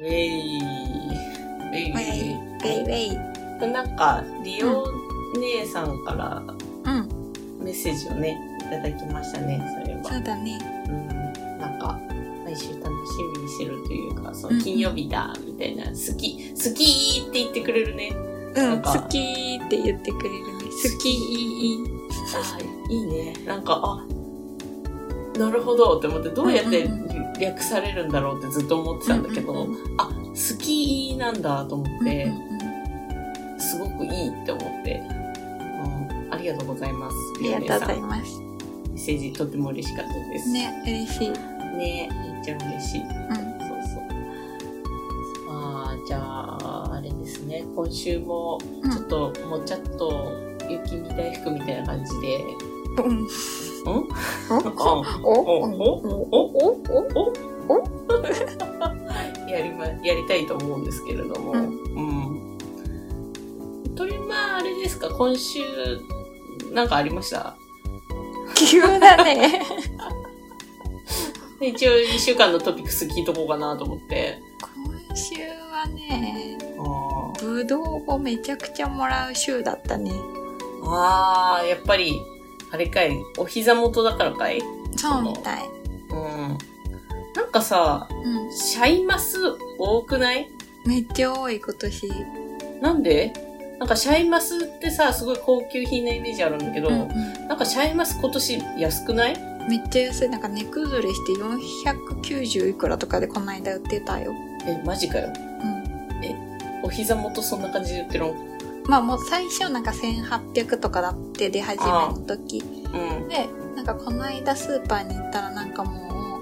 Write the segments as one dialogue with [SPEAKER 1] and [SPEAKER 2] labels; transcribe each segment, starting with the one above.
[SPEAKER 1] ウェイ。ウェイ。
[SPEAKER 2] ウェイ、ウェイ、ウェイ。
[SPEAKER 1] なんか、リオ姉さんから
[SPEAKER 2] うん、
[SPEAKER 1] メッセージをね、いただきましたね、それ
[SPEAKER 2] そ
[SPEAKER 1] は。
[SPEAKER 2] うだね。
[SPEAKER 1] うん、なんか、毎週楽しみにしてるというか、そ
[SPEAKER 2] うん
[SPEAKER 1] の金曜日だ、みたいな、好き、好きって言ってくれるね。
[SPEAKER 2] う、
[SPEAKER 1] なんんか
[SPEAKER 2] 好きーって言ってくれるね。好きー。
[SPEAKER 1] あいいね。なんか、あ、なるほどって思って、どうやって
[SPEAKER 2] うん
[SPEAKER 1] 略されるんだろうってずっと思ってたんだけど、あ、好きなんだと思って、
[SPEAKER 2] あ
[SPEAKER 1] すごくいいって思って、うん、ありがとうございます。
[SPEAKER 2] りがとうご
[SPEAKER 1] リ
[SPEAKER 2] ざ
[SPEAKER 1] オネさん
[SPEAKER 2] います。
[SPEAKER 1] メッセージとても嬉しかったです。
[SPEAKER 2] ね、嬉しい。うん。
[SPEAKER 1] ねめっちゃ嬉しい。そうそう。まあ、じゃあ、あれですね。今週も、
[SPEAKER 2] うん
[SPEAKER 1] ちょっと、もうちょっと、雪見大福みたいな感じで、ん
[SPEAKER 2] うん。
[SPEAKER 1] お
[SPEAKER 2] お
[SPEAKER 1] お
[SPEAKER 2] おお
[SPEAKER 1] お
[SPEAKER 2] おお
[SPEAKER 1] やりま、やりたいと思うんですけれども。
[SPEAKER 2] う
[SPEAKER 1] うん。とりまあ、あれですか、今週、なんかありました
[SPEAKER 2] 急だね。
[SPEAKER 1] で一応、一週間のトピックス聞いとこうかなと思って。
[SPEAKER 2] 今週はね、
[SPEAKER 1] あ
[SPEAKER 2] ぶどうをめちゃくちゃもらう週だったね。
[SPEAKER 1] ーあー、やっぱり、あれかい、お膝元だからかい
[SPEAKER 2] そうみたい。
[SPEAKER 1] うん。なんかさ、
[SPEAKER 2] うん。
[SPEAKER 1] シャイマス多くない
[SPEAKER 2] めっちゃ多い今年。
[SPEAKER 1] なんでなんかシャイマスってさ、すごい高級品なイメージあるんだけど、
[SPEAKER 2] うんうん
[SPEAKER 1] なんかシャイマス今年安くない
[SPEAKER 2] めっちゃ安い。なんか値崩れして490いくらとかでこの間売ってたよ。
[SPEAKER 1] え、マジかよ。
[SPEAKER 2] うん。
[SPEAKER 1] お膝元そんな感じで売ってるの
[SPEAKER 2] まあもう最初なんか1800とかだって出始めの時。
[SPEAKER 1] うん。
[SPEAKER 2] で、なんかこの間スーパーに行ったらなんかもう、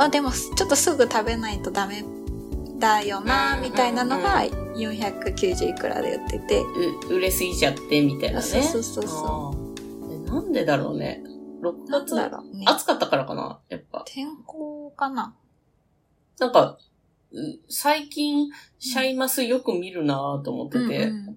[SPEAKER 2] あ、でもちょっとすぐ食べないとダメだよな、
[SPEAKER 1] うん
[SPEAKER 2] みたいなのが
[SPEAKER 1] う
[SPEAKER 2] 490いくらで売ってて。
[SPEAKER 1] う売れすぎちゃってみたいなね。
[SPEAKER 2] そうそうそうそう
[SPEAKER 1] あーえなんでだろうね。6
[SPEAKER 2] なんだ
[SPEAKER 1] 月、
[SPEAKER 2] ろうね。
[SPEAKER 1] 暑かったからかなやっぱ。
[SPEAKER 2] 天候かな
[SPEAKER 1] なんか、う最近、シャイマスよく見るなぁと思ってて。
[SPEAKER 2] うん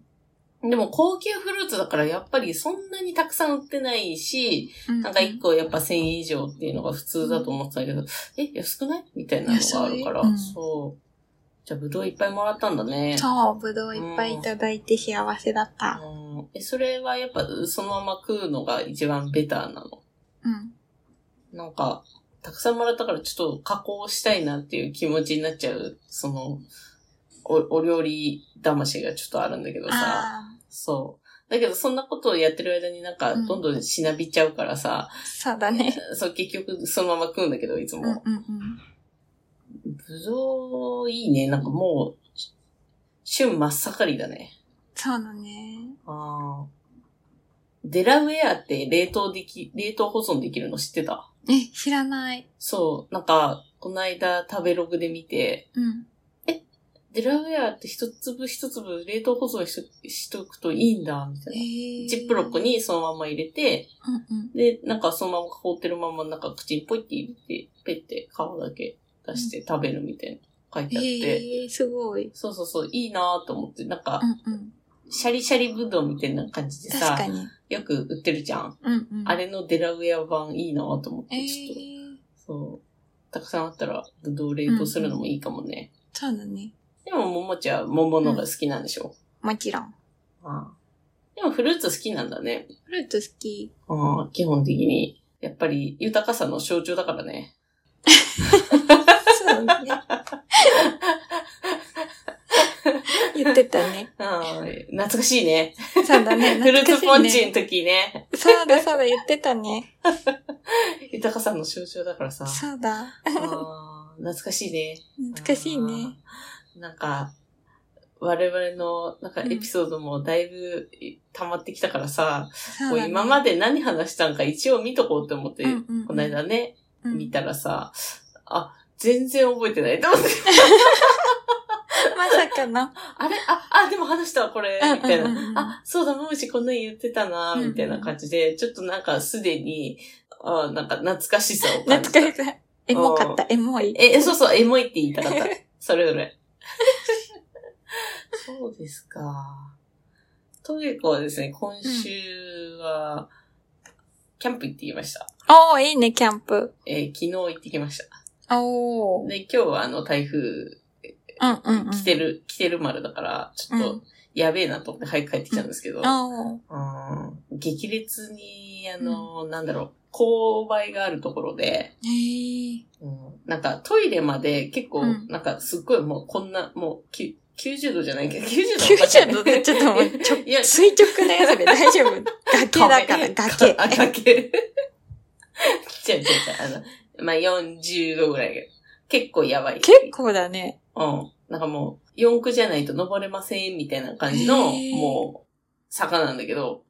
[SPEAKER 1] でも高級フルーツだからやっぱりそんなにたくさん売ってないし、
[SPEAKER 2] うん、
[SPEAKER 1] なんか1個やっぱ1000円以上っていうのが普通だと思ってたけど、え、安くないみたいなのがあるから、
[SPEAKER 2] 安いうん
[SPEAKER 1] そう。じゃあブドウいっぱいもらったんだね。
[SPEAKER 2] そう、ぶどういっぱいいただいて幸せだった。
[SPEAKER 1] うんえ、それはやっぱそのまま食うのが一番ベターなの。
[SPEAKER 2] うん。
[SPEAKER 1] なんか、たくさんもらったからちょっと加工したいなっていう気持ちになっちゃう、その、お、お料理魂がちょっとあるんだけどさ。
[SPEAKER 2] あ
[SPEAKER 1] そう。だけど、そんなことをやってる間になんか、
[SPEAKER 2] うん
[SPEAKER 1] どんどんしなびっちゃうからさ
[SPEAKER 2] あ、、そうだね。
[SPEAKER 1] そう、結局、そのまま食うんだけど、いつ
[SPEAKER 2] うんうん
[SPEAKER 1] も。
[SPEAKER 2] うん。
[SPEAKER 1] ぶどう、いいね。なんかもう、旬真っ盛りだね。
[SPEAKER 2] そうだね。
[SPEAKER 1] ああ。デラウェアって冷凍でき、冷凍保存できるの知ってた
[SPEAKER 2] え、知らない。
[SPEAKER 1] そう。なんか、この間食べログで見て、
[SPEAKER 2] うん。
[SPEAKER 1] デラウェアって一粒一粒冷凍保存しとしとくといいんだ、みた
[SPEAKER 2] え
[SPEAKER 1] いな。
[SPEAKER 2] ー、
[SPEAKER 1] ジップロック。にそのまま入れて、
[SPEAKER 2] うんうん。
[SPEAKER 1] で、なんかそのまま凍ってるまま、なんか口にポイって入れて、ペッて皮だけ出して食べるみたいな、書いてあって。
[SPEAKER 2] えー、すごい。
[SPEAKER 1] そうそうそう、いいなと思って、なんか
[SPEAKER 2] う、んうん。
[SPEAKER 1] シャリシャリぶどうみたいな感じで
[SPEAKER 2] 確か
[SPEAKER 1] さ、
[SPEAKER 2] に。
[SPEAKER 1] よく売ってるじゃん。
[SPEAKER 2] うんうん。
[SPEAKER 1] あれのデラウェア版いいなと思っ
[SPEAKER 2] え
[SPEAKER 1] て、ちょっと、
[SPEAKER 2] ー、
[SPEAKER 1] そう、たくさんあったら、ぶどう冷凍するのもいいかもね。
[SPEAKER 2] そうだね。
[SPEAKER 1] でも、ももちゃんは桃のが好きなんでしょ、
[SPEAKER 2] もちろん。
[SPEAKER 1] ああでも、フルーツ好きなんだね。
[SPEAKER 2] フルーツ好き。
[SPEAKER 1] ああ基本的に。やっぱり、豊かさの象徴だからね。
[SPEAKER 2] そうだね。言ってたね。
[SPEAKER 1] うん、懐かしいね。
[SPEAKER 2] そうだね。
[SPEAKER 1] フルーツポン
[SPEAKER 2] 懐かしい
[SPEAKER 1] チ
[SPEAKER 2] ね。
[SPEAKER 1] の時ね、
[SPEAKER 2] そうだそうだ、言ってたね。
[SPEAKER 1] 豊かさの象徴だからさ、
[SPEAKER 2] そうだ。
[SPEAKER 1] あー懐かしいね。
[SPEAKER 2] 懐かしいね。
[SPEAKER 1] あー。なんか、我々のなんかエピソードもだいぶい溜まってきたからさ、
[SPEAKER 2] そ
[SPEAKER 1] こ
[SPEAKER 2] う
[SPEAKER 1] う
[SPEAKER 2] だね
[SPEAKER 1] 今まで何話したんか一応見とこうって思って、
[SPEAKER 2] うんうんうん
[SPEAKER 1] この間ね、
[SPEAKER 2] うん
[SPEAKER 1] 見たらさ、あ、全然覚えてないと思って、
[SPEAKER 2] まさかの。
[SPEAKER 1] あれあ、あ、でも話したわ、これ、みたいな
[SPEAKER 2] うん。うんうん
[SPEAKER 1] あ、そうだ、ももしこんなに言ってたな、
[SPEAKER 2] うん
[SPEAKER 1] みたいな感じで、ちょっとなんかすでに、あなんか懐かしさを感じた。
[SPEAKER 2] 懐かしい。エモかった、エモい。
[SPEAKER 1] え、そうそう、エモいって言いたかった。それぞれ。そうですか。というかはですね、今週は、キャンプ行ってきました。
[SPEAKER 2] おー、いいね、キャンプ。
[SPEAKER 1] えー昨日行ってきました。
[SPEAKER 2] おー。
[SPEAKER 1] で、今日はあの、台風
[SPEAKER 2] うんうんうん。
[SPEAKER 1] 来てる、来てる丸だから、ちょっ
[SPEAKER 2] う
[SPEAKER 1] と、やべえなと思って早く帰ってきたんですけど、
[SPEAKER 2] あー
[SPEAKER 1] うん激烈に、あの、なんだろう、勾配があるところで、
[SPEAKER 2] へえ。
[SPEAKER 1] うんなんかトイレまで結構、
[SPEAKER 2] うん
[SPEAKER 1] なんかすっごいもうこんな、もうき90度じゃないけど、90度はお かしい
[SPEAKER 2] 90度でちょっと待ってちょ
[SPEAKER 1] いや
[SPEAKER 2] 垂直なやつで大丈夫。崖だから、崖。
[SPEAKER 1] あ、崖。ちゃうちゃうちゃう。あの、まあ、40度ぐらいで。結構やばい。
[SPEAKER 2] 結構だね。
[SPEAKER 1] うん。なんかもう、四駆じゃないと登れません、みたいな感じの、
[SPEAKER 2] へー
[SPEAKER 1] もう、坂なんだけど、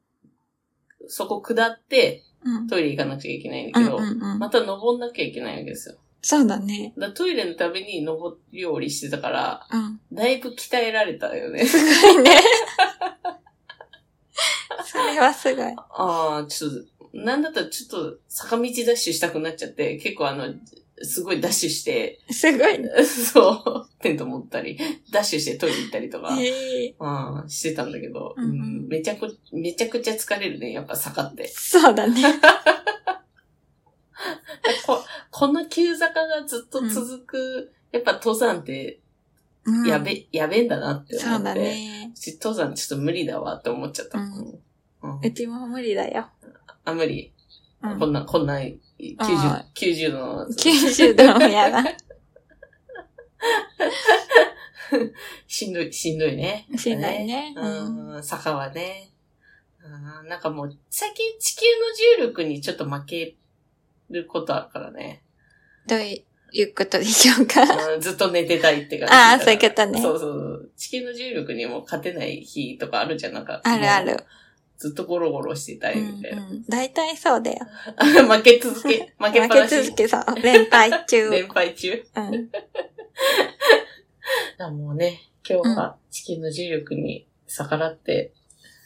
[SPEAKER 1] そこ下って
[SPEAKER 2] うん。
[SPEAKER 1] トイレ行かなきゃいけないん
[SPEAKER 2] う
[SPEAKER 1] だ
[SPEAKER 2] ん
[SPEAKER 1] けど、
[SPEAKER 2] うんうん
[SPEAKER 1] ま。た登んなきゃいけないわけですよ。
[SPEAKER 2] そうだね。
[SPEAKER 1] だからトイレのために登り降りしてたから、
[SPEAKER 2] うん。
[SPEAKER 1] だいぶ鍛えられたよね。
[SPEAKER 2] すごい ね。それはすごい。
[SPEAKER 1] ああ、ちょっと、なんだったらちょっと坂道ダッシュしたくなっちゃって、結構あの、すごいダッシュして、
[SPEAKER 2] すごいね。
[SPEAKER 1] そう、テント持ったり、ダッシュしてトイレ行ったりとか、
[SPEAKER 2] へえ
[SPEAKER 1] あーしてたんだけど、
[SPEAKER 2] うんうん
[SPEAKER 1] めちゃく、めちゃくちゃ疲れるね、やっぱ坂って。
[SPEAKER 2] そうだね。
[SPEAKER 1] こ この急坂がずっと続く、やっぱ登山って
[SPEAKER 2] うん
[SPEAKER 1] やべ、やべえんだなって思って。
[SPEAKER 2] そうだね。
[SPEAKER 1] ち登山ちょっと無理だわって思っちゃった。
[SPEAKER 2] うん
[SPEAKER 1] うん
[SPEAKER 2] うちも無理だよ。
[SPEAKER 1] あ、無理。
[SPEAKER 2] うん
[SPEAKER 1] こんな、こんな90
[SPEAKER 2] あ、
[SPEAKER 1] 90度の
[SPEAKER 2] 90度もやだ。
[SPEAKER 1] しんどい、しんどいね。
[SPEAKER 2] しんどいね
[SPEAKER 1] う
[SPEAKER 2] うん
[SPEAKER 1] ん、坂はね。うん、なんかもう、最近地球の重力にちょっと負けることあるから ね。
[SPEAKER 2] どういうことでしょうか。
[SPEAKER 1] うんずっと寝てたいって感じ。
[SPEAKER 2] ああそういうことね
[SPEAKER 1] そうそうそう。地球の重力にも勝てない日とかあるじゃん、なんか。
[SPEAKER 2] あるあ
[SPEAKER 1] もう。
[SPEAKER 2] る。
[SPEAKER 1] ずっとゴロゴロしてた
[SPEAKER 2] う
[SPEAKER 1] いみ
[SPEAKER 2] ん
[SPEAKER 1] たいな。
[SPEAKER 2] うん。大体そうだよ。
[SPEAKER 1] 負け続け、負けっぱ
[SPEAKER 2] 負
[SPEAKER 1] なし。
[SPEAKER 2] け続けそう。連敗中。
[SPEAKER 1] 連敗中。
[SPEAKER 2] うん。
[SPEAKER 1] だからもうね、今日は地球の重力に逆らって、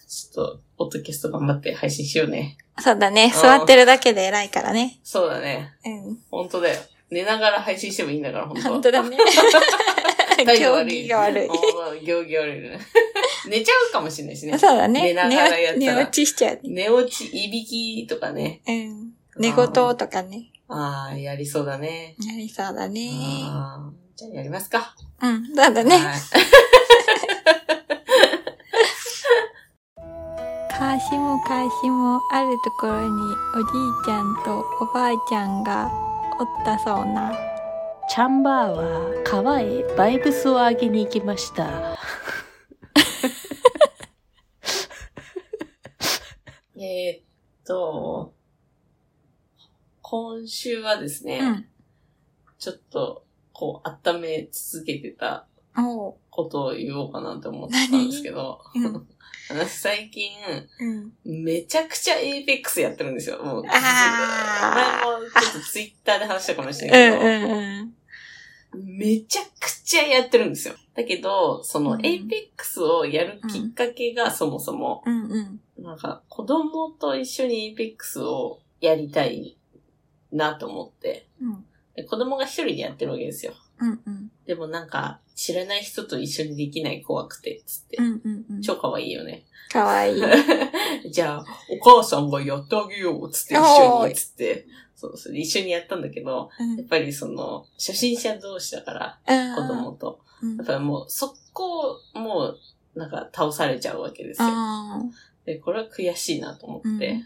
[SPEAKER 1] ちょっと、ポッドキャスト頑張って配信しようね。
[SPEAKER 2] そうだね。
[SPEAKER 1] うん
[SPEAKER 2] 座ってるだけで偉いからね。
[SPEAKER 1] そうだね。
[SPEAKER 2] うん。
[SPEAKER 1] 本当だよ。寝ながら配信してもいいんだから、本当
[SPEAKER 2] 本当だね。
[SPEAKER 1] 態度
[SPEAKER 2] 競
[SPEAKER 1] 悪い
[SPEAKER 2] 技が悪い。
[SPEAKER 1] もう行儀悪い ね。寝ちゃうかもしれないしね。
[SPEAKER 2] そうだね。
[SPEAKER 1] 寝ながらやったら
[SPEAKER 2] 寝落ちしちゃう。
[SPEAKER 1] 寝落ち、いびきとかね。
[SPEAKER 2] うん。寝言とかね。
[SPEAKER 1] ああ、やりそうだね。
[SPEAKER 2] やりそうだね。
[SPEAKER 1] あーじゃあやりますか。
[SPEAKER 2] うん。そうだね。
[SPEAKER 1] はい
[SPEAKER 2] かしもかしもあるところにおじいちゃんとおばあちゃんがおったそうな。
[SPEAKER 3] チャンバーは川へバイブスを上げに行きました。
[SPEAKER 1] えーっと、今週はですね、
[SPEAKER 2] うん。
[SPEAKER 1] ちょっと、こう、温め続けてた
[SPEAKER 2] おう。
[SPEAKER 1] ことを言おうかなと思ってたんですけど、
[SPEAKER 2] うん。
[SPEAKER 1] 私最近、
[SPEAKER 2] うん。
[SPEAKER 1] めちゃくちゃエイペックスやってるんですよ。もう、
[SPEAKER 2] あー
[SPEAKER 1] 前もちょっとツイッターで話したかもしれ
[SPEAKER 2] う
[SPEAKER 1] ないけ
[SPEAKER 2] ん
[SPEAKER 1] ど、
[SPEAKER 2] うんうん。
[SPEAKER 1] めちゃくちゃやってるんですよ。だけど、その
[SPEAKER 2] うん
[SPEAKER 1] エイペックスをやるきっかけがそもそも、
[SPEAKER 2] うんうん。
[SPEAKER 1] なんか子供と一緒にエイペックスをやりたいなと思って、
[SPEAKER 2] うん
[SPEAKER 1] で子供が一人でやってるわけですよ。
[SPEAKER 2] うんうん。
[SPEAKER 1] でもなんか知らない人と一緒にできない怖くて、つって
[SPEAKER 2] う。んうんうん。
[SPEAKER 1] 超可愛いよね。
[SPEAKER 2] かわいい。
[SPEAKER 1] じゃあ、お母さんがやってあげよう、つって一緒
[SPEAKER 2] お
[SPEAKER 1] に、
[SPEAKER 2] ー
[SPEAKER 1] つって。そう、それで一緒にやったんだけど、
[SPEAKER 2] うん
[SPEAKER 1] やっぱりその、初心者同士だから、
[SPEAKER 2] 子
[SPEAKER 1] 子供と。
[SPEAKER 2] うん
[SPEAKER 1] やっぱりもう、速攻、もう、なんか倒されちゃうわけですよ。
[SPEAKER 2] あ
[SPEAKER 1] で、これは悔しいなと思
[SPEAKER 2] う
[SPEAKER 1] っ
[SPEAKER 2] ん
[SPEAKER 1] て。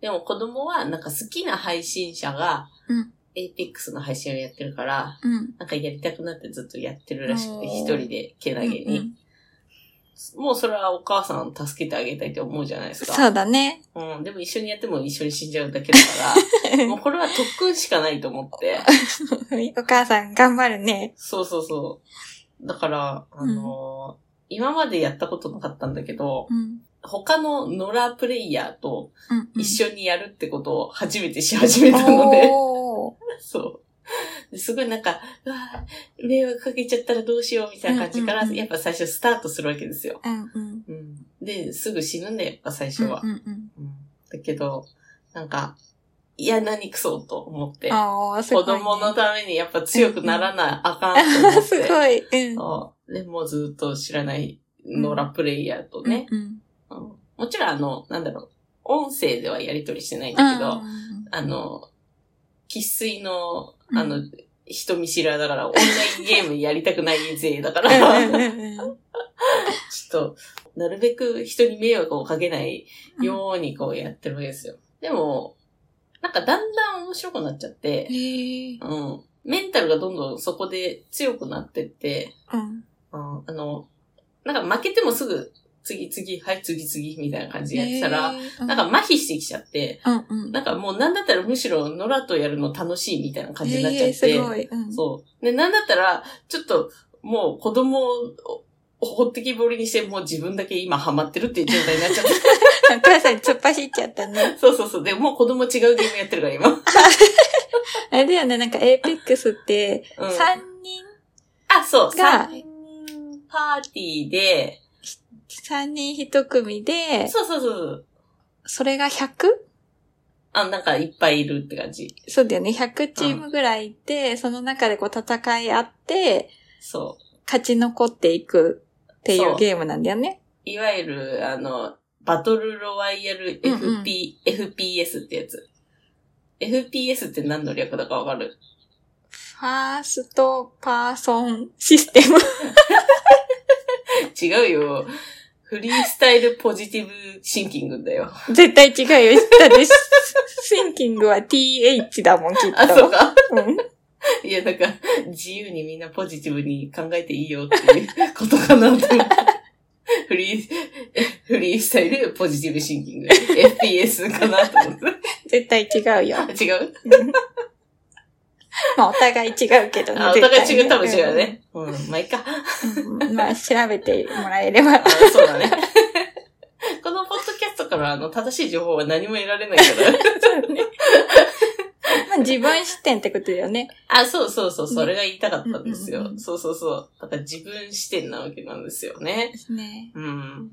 [SPEAKER 1] でも子供は、なんか好きな配信者が
[SPEAKER 2] うん、
[SPEAKER 1] エイペックスの配信をやってるから、
[SPEAKER 2] ーうん。
[SPEAKER 1] なんかやりたくなってずっとやってるらしく
[SPEAKER 2] お
[SPEAKER 1] て、
[SPEAKER 2] ー
[SPEAKER 1] 一人でけなげに。
[SPEAKER 2] うんうん
[SPEAKER 1] もうそれはお母さんを助けてあげたいって思うじゃないですか。
[SPEAKER 2] そうだね。
[SPEAKER 1] うん、でも一緒にやっても一緒に死んじゃうだけだ から、もうこれは特訓しかないと思って。
[SPEAKER 2] お母さん頑張るね。
[SPEAKER 1] そうそうそう。だから、あのー今までやったことなかったんだけど、
[SPEAKER 2] うん。
[SPEAKER 1] 他のノラプレイヤーと
[SPEAKER 2] うんうん
[SPEAKER 1] 一緒にやるってことを初めてし始めたので、
[SPEAKER 2] お
[SPEAKER 1] そう。ですごいなんか、うわぁ迷惑かけちゃったらどうしようみたいな感じから、
[SPEAKER 2] うんうんうん
[SPEAKER 1] やっぱ最初スタートするわけですよ。
[SPEAKER 2] ーうんうん。
[SPEAKER 1] うん、で、すぐ死ぬんだよ、やっぱ最初
[SPEAKER 2] うん
[SPEAKER 1] は。
[SPEAKER 2] うんうん。
[SPEAKER 1] だけど、なんか、いや、何くそと思って、
[SPEAKER 2] あーすご
[SPEAKER 1] 子
[SPEAKER 2] いね。
[SPEAKER 1] 供のためにやっぱ強くならなあかんと思って
[SPEAKER 2] す、ごい。うん。
[SPEAKER 1] そうでもうずっと知らないノラプレイヤーとね、
[SPEAKER 2] うん。
[SPEAKER 1] あのもちろんあの、なんだろう、音声ではやりとりしてないん
[SPEAKER 2] うん。
[SPEAKER 1] だけど、あの、喫水の、あの、
[SPEAKER 2] う
[SPEAKER 1] 人見知らだ から、オンラインゲームやりたくない勢だか
[SPEAKER 2] うん う
[SPEAKER 1] ら、ちょ
[SPEAKER 2] んうんうん
[SPEAKER 1] っと、なるべく人に迷惑をかけないようにこうやってるわけですよ。でも、なんかだんだん面白くなっちゃって、
[SPEAKER 2] へえ
[SPEAKER 1] うん。メンタルがどんどんそこで強くなってって、
[SPEAKER 2] うん
[SPEAKER 1] うん、あの、なんか負けてもすぐ、次次、はい、次次、みたいな感じでやってたら、
[SPEAKER 2] へえ
[SPEAKER 1] なんか麻痺してきちゃって、
[SPEAKER 2] うんうん
[SPEAKER 1] なんかもうなんだったらむしろ野良とやるの楽しいみたいな感じになっちゃ
[SPEAKER 2] へ
[SPEAKER 1] っ
[SPEAKER 2] えす
[SPEAKER 1] て、
[SPEAKER 2] ごいうん
[SPEAKER 1] そう。で、なんだったら、ちょっと、もう子供を、ほってきぼりにして、もう自分だけ今ハマってるっていう状態になっちゃ って。
[SPEAKER 2] お母さん突っ走っちゃったね。
[SPEAKER 1] そうそうそう。で、もう子供違うゲームやってるから、今。うん。
[SPEAKER 2] あれだよね、なんかエイペックスって、3人、
[SPEAKER 1] あ、そう。3
[SPEAKER 2] が
[SPEAKER 1] 人パーティーで、
[SPEAKER 2] 三人一組で、
[SPEAKER 1] そうそうそうそう。
[SPEAKER 2] それが 100?
[SPEAKER 1] あ、なんかいっぱいいるって感じ。
[SPEAKER 2] そうだよね、100チームぐらいいて、その中でこう戦い合って、
[SPEAKER 1] そう。
[SPEAKER 2] 勝ち残っていくってい
[SPEAKER 1] そうう
[SPEAKER 2] ゲームなんだよね。
[SPEAKER 1] いわゆる、あの、バトルロワイヤル FP、
[SPEAKER 2] うんうん
[SPEAKER 1] FPS ってやつ。FPS って何の略だかわかる
[SPEAKER 2] ファーストパーソンシステム。
[SPEAKER 1] 違うよ。フリースタイルポジティブシンキングだ よ。
[SPEAKER 2] 絶対違うよ。だって、シンキングは TH だもん、きっと。
[SPEAKER 1] あ、そうか。
[SPEAKER 2] うん。
[SPEAKER 1] いや、なんか、自由にみんなポジティブに考えていいよっていうことかなと思 って。フリー、フリースタイルポジティブシンキング。FPS かなと思っ
[SPEAKER 2] 絶対違うよ。
[SPEAKER 1] て。違う
[SPEAKER 2] まあ、お互い違うけどね。
[SPEAKER 1] あ、お
[SPEAKER 2] 絶
[SPEAKER 1] 互
[SPEAKER 2] 対
[SPEAKER 1] い違う、多分違う。ね。うん、まあいいか。
[SPEAKER 2] うんまあ、調べてもらえれば
[SPEAKER 1] あ。 そうだね。このポッドキャストからあの正しい情報は何も得られないから。
[SPEAKER 2] まあ、自分視点ってことだよね。
[SPEAKER 1] あ、そうそうそう、それが言いたかったんです
[SPEAKER 2] うん
[SPEAKER 1] よ
[SPEAKER 2] うんう。ん
[SPEAKER 1] そうそうそう。だから自分視点なわけなんですよね。
[SPEAKER 2] ね。
[SPEAKER 1] うん。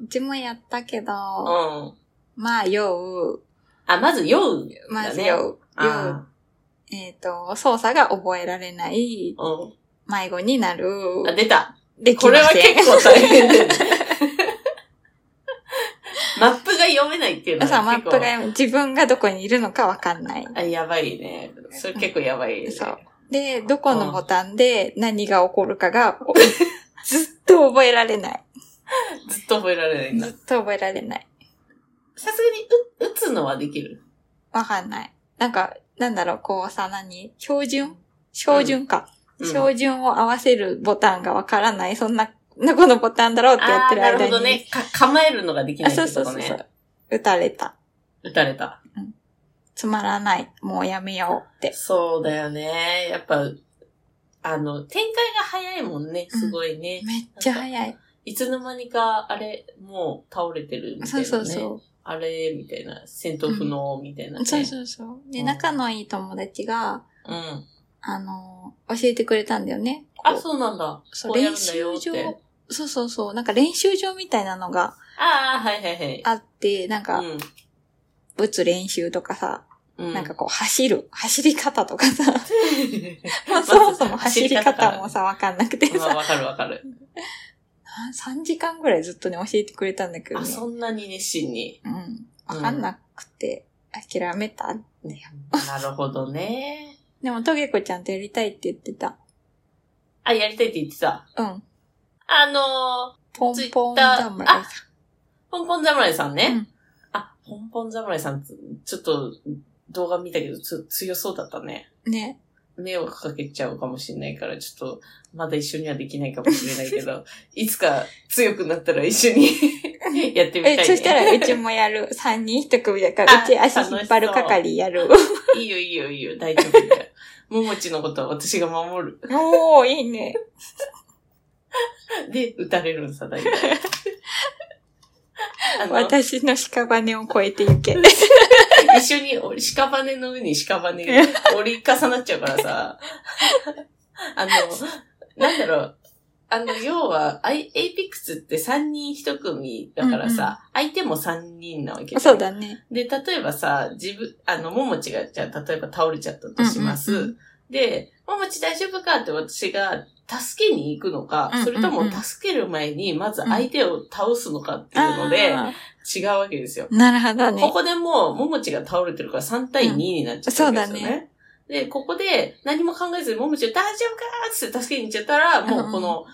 [SPEAKER 2] うちもやったけ
[SPEAKER 1] うん。
[SPEAKER 2] ど、
[SPEAKER 1] あ、
[SPEAKER 2] まあ、酔う。
[SPEAKER 1] まず酔う、
[SPEAKER 2] まず
[SPEAKER 1] だね
[SPEAKER 2] 酔う。酔う
[SPEAKER 1] あ
[SPEAKER 2] えっ、と、操作が覚えられない。
[SPEAKER 1] ーう
[SPEAKER 2] 迷子になる。
[SPEAKER 1] ん。あ、出た。
[SPEAKER 2] でき
[SPEAKER 1] こ
[SPEAKER 2] ま
[SPEAKER 1] れは
[SPEAKER 2] せん。
[SPEAKER 1] 結構大変 だよね。マップが読めないっていうの
[SPEAKER 2] そう、マ
[SPEAKER 1] は
[SPEAKER 2] ッ
[SPEAKER 1] 結
[SPEAKER 2] プ
[SPEAKER 1] 構。
[SPEAKER 2] が自分がどこにいるのかわかんない。
[SPEAKER 1] あ、やばいね。それ結構やばい、ね。
[SPEAKER 2] そう。で、どこのボタンで何が起こるかが、 おずっと覚えられない。
[SPEAKER 1] ずっと覚えられないんだ
[SPEAKER 2] ずっ。と覚えられない。
[SPEAKER 1] さすがに打打つのはできる。
[SPEAKER 2] わかんない。なんか、なんだろう、こうさ、何標準標準か。
[SPEAKER 1] うん
[SPEAKER 2] 標準を合わせるボタンがわからない。そんな、どこのボタンだろうってやってる間
[SPEAKER 1] あー
[SPEAKER 2] に。
[SPEAKER 1] なるほどね。か、構えるのができな
[SPEAKER 2] あ、
[SPEAKER 1] いって
[SPEAKER 2] そう
[SPEAKER 1] こ
[SPEAKER 2] そう
[SPEAKER 1] と
[SPEAKER 2] そうそう
[SPEAKER 1] ね。。
[SPEAKER 2] 打たれた。
[SPEAKER 1] 打たれた。
[SPEAKER 2] つまらない。もうやめようって。
[SPEAKER 1] そうだよね。やっぱ、あの、展開が早いもんね。すごいね。
[SPEAKER 2] めっちゃ早い。
[SPEAKER 1] いつの間にか、あれ、もう倒れてるみたいな、ね。
[SPEAKER 2] そうそうそ
[SPEAKER 1] あれ、みたいな。戦闘不能、みたいな、
[SPEAKER 2] う。
[SPEAKER 1] ね
[SPEAKER 2] そうそうそう。で、
[SPEAKER 1] うん
[SPEAKER 2] 仲のいい友達が、
[SPEAKER 1] うん。
[SPEAKER 2] あの、教えてくれたんだよね。こ
[SPEAKER 1] あ、
[SPEAKER 2] う
[SPEAKER 1] そうなんだ。
[SPEAKER 2] そう
[SPEAKER 1] こうやる
[SPEAKER 2] 練
[SPEAKER 1] んだよ
[SPEAKER 2] 習
[SPEAKER 1] って。
[SPEAKER 2] 場。そうそうそう。なんか練習場みたいなのが
[SPEAKER 1] ああ、はいはいはい。
[SPEAKER 2] あって、なんか、打つ練習とかさ、
[SPEAKER 1] うん。うん。
[SPEAKER 2] な んかこう走る、走り方とかさ、
[SPEAKER 1] まあ、
[SPEAKER 2] そもそも走り
[SPEAKER 1] から
[SPEAKER 2] 方もさ、わかんなくて
[SPEAKER 1] まあ、
[SPEAKER 2] さ、
[SPEAKER 1] わかるわ かる。
[SPEAKER 2] 3時間ぐらいずっとね、教えてくれたんだけど
[SPEAKER 1] あ、
[SPEAKER 2] ね。
[SPEAKER 1] そんなに熱心に。
[SPEAKER 2] うん。わかんなくて、諦めた。
[SPEAKER 1] なるほどね。
[SPEAKER 2] でも、トゲコちゃんとやりたいって言ってた。
[SPEAKER 1] あ、やりたいって言ってた。
[SPEAKER 2] うん。
[SPEAKER 1] あの
[SPEAKER 2] ポ
[SPEAKER 1] ツイ
[SPEAKER 2] ン
[SPEAKER 1] ッ
[SPEAKER 2] ポン
[SPEAKER 1] ター
[SPEAKER 2] 侍さん。
[SPEAKER 1] ー、ポンポン侍さんね。
[SPEAKER 2] うん
[SPEAKER 1] あ、ポンポン侍さん、ちょっと動画見たけど、つ強そうだったね。
[SPEAKER 2] ね。
[SPEAKER 1] 迷惑かけちゃうかもしれないから、ちょっと、まだ一緒にはできないかもしれないけ ど、いつか強くなったら一緒に やってみたい、ね。
[SPEAKER 2] え、そしたらうちもやる。 三人一組だから、
[SPEAKER 1] あ
[SPEAKER 2] うち足引っ張る係やる。
[SPEAKER 1] いいよいいよいいよ、大丈夫 だよ。ももちのことは私が守る。
[SPEAKER 2] おー、いいね。
[SPEAKER 1] で、撃たれるんさ、大 体。あの
[SPEAKER 2] 私の屍を越えていけ。
[SPEAKER 1] 一緒にお屍の上に屍が折り重なっちゃうからさ。あの、なんだろう。あの、要は、アイエイピックスって3人1組だからさ、相手も3人なわけ
[SPEAKER 2] そうだね。
[SPEAKER 1] で、例えばさ、自分、あの、ももちが、じゃあ、例えば倒れちゃったとします。
[SPEAKER 2] うんうんうん
[SPEAKER 1] で、ももち大丈夫かって私が、助けに行くのか、
[SPEAKER 2] うんうんうん
[SPEAKER 1] それとも助ける前に、まず相手を倒すのかって いうので、
[SPEAKER 2] あ
[SPEAKER 1] 違うわけですよ。
[SPEAKER 2] ーなるほどね
[SPEAKER 1] こ。こでもう、ももちが倒れてるから3対2になっちゃったわけですよね。
[SPEAKER 2] うんそうだ
[SPEAKER 1] で、ここで何も考えずに、もむちゃん大丈夫かーって助けに行っちゃったら、もうこの、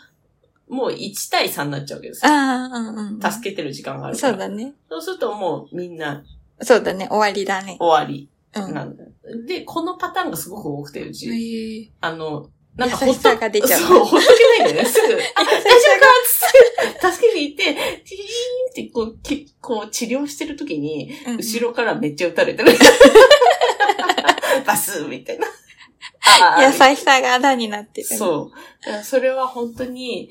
[SPEAKER 1] もう1対3になっちゃうわけですよ。
[SPEAKER 2] ああ、うんうん。
[SPEAKER 1] 助けてる時間があるか
[SPEAKER 2] そ
[SPEAKER 1] ら。
[SPEAKER 2] うだね。
[SPEAKER 1] そうするともうみんな
[SPEAKER 2] そうだね。終わりだね。
[SPEAKER 1] 終わり
[SPEAKER 2] うん。
[SPEAKER 1] なんだ。で、このパターンがすごく多くて、うち。
[SPEAKER 2] へえ
[SPEAKER 1] あの、なんか
[SPEAKER 2] 優し
[SPEAKER 1] っと
[SPEAKER 2] さが出ちゃう
[SPEAKER 1] そう、ほっとけないんだよね。す ぐ、あ、大丈夫かっつって、助けに行って、チーンってこう、きこう治療してる時に、
[SPEAKER 2] うんうん
[SPEAKER 1] 後ろからめっちゃ撃たれてる。バスみたいな。 あー
[SPEAKER 2] 優しさがあだになってる。う。
[SPEAKER 1] そう。だからそれは本当に、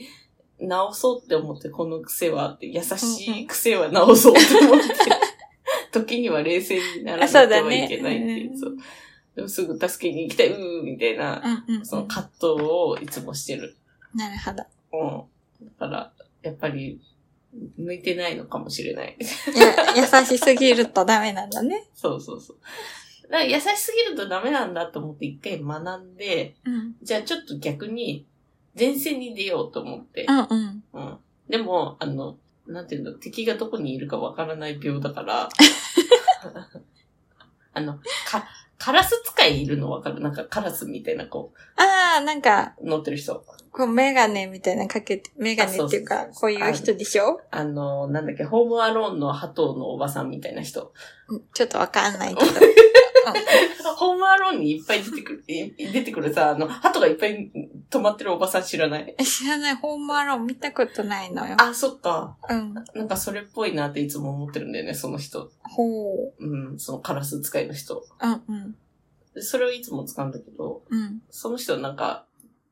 [SPEAKER 1] 直そうって思って、この癖はあって、優しい癖は直そうって思って、 時には冷静にならなくてはいけないっていう。
[SPEAKER 2] そ
[SPEAKER 1] そううでもすぐ助けに行きたい、うーみたいな、
[SPEAKER 2] うんうん。
[SPEAKER 1] その葛藤をいつもしてる。
[SPEAKER 2] なるほど。
[SPEAKER 1] うん。だから、やっぱり、向いてないのかもしれない。
[SPEAKER 2] いや、 優しすぎるとダメなんだね。
[SPEAKER 1] そうそうそう。だから優しすぎるとダメなんだと思って一回学んで、
[SPEAKER 2] うん。
[SPEAKER 1] じゃあちょっと逆に、前線に出ようと思って
[SPEAKER 2] う、んうん。
[SPEAKER 1] うん。でも、あの、なんていうの、敵がどこにいるかわからない病だ から、あの、か、カラス使いいるのわかるなんかカラスみたいな、こ
[SPEAKER 2] ああ、なんか、
[SPEAKER 1] う、乗ってる人。
[SPEAKER 2] こう、メガネみたいなのかけて、メガネっていう
[SPEAKER 1] あ
[SPEAKER 2] か
[SPEAKER 1] そうそう、
[SPEAKER 2] こ
[SPEAKER 1] そう
[SPEAKER 2] ういう人でしょ
[SPEAKER 1] あの、なんだっけ、ホームアローンのハトのおばさんみたいな 人。
[SPEAKER 2] うんちょっとわかん ないけど。
[SPEAKER 1] ホームアローンにいっぱい出てくる、い出てくるさ、あの、ハトがいっぱい止まってるおばさん知らない
[SPEAKER 2] え知らない、ホームアローン見たことないのよ。
[SPEAKER 1] あ、そっか。
[SPEAKER 2] うん。
[SPEAKER 1] なんかそれっぽいなっていつも思ってるんだよね、その人。
[SPEAKER 2] ほう。
[SPEAKER 1] うん、そのカラス使いの人。
[SPEAKER 2] うんうん。
[SPEAKER 1] でそれをいつも使うんだけど、
[SPEAKER 2] うん。
[SPEAKER 1] その人なんか、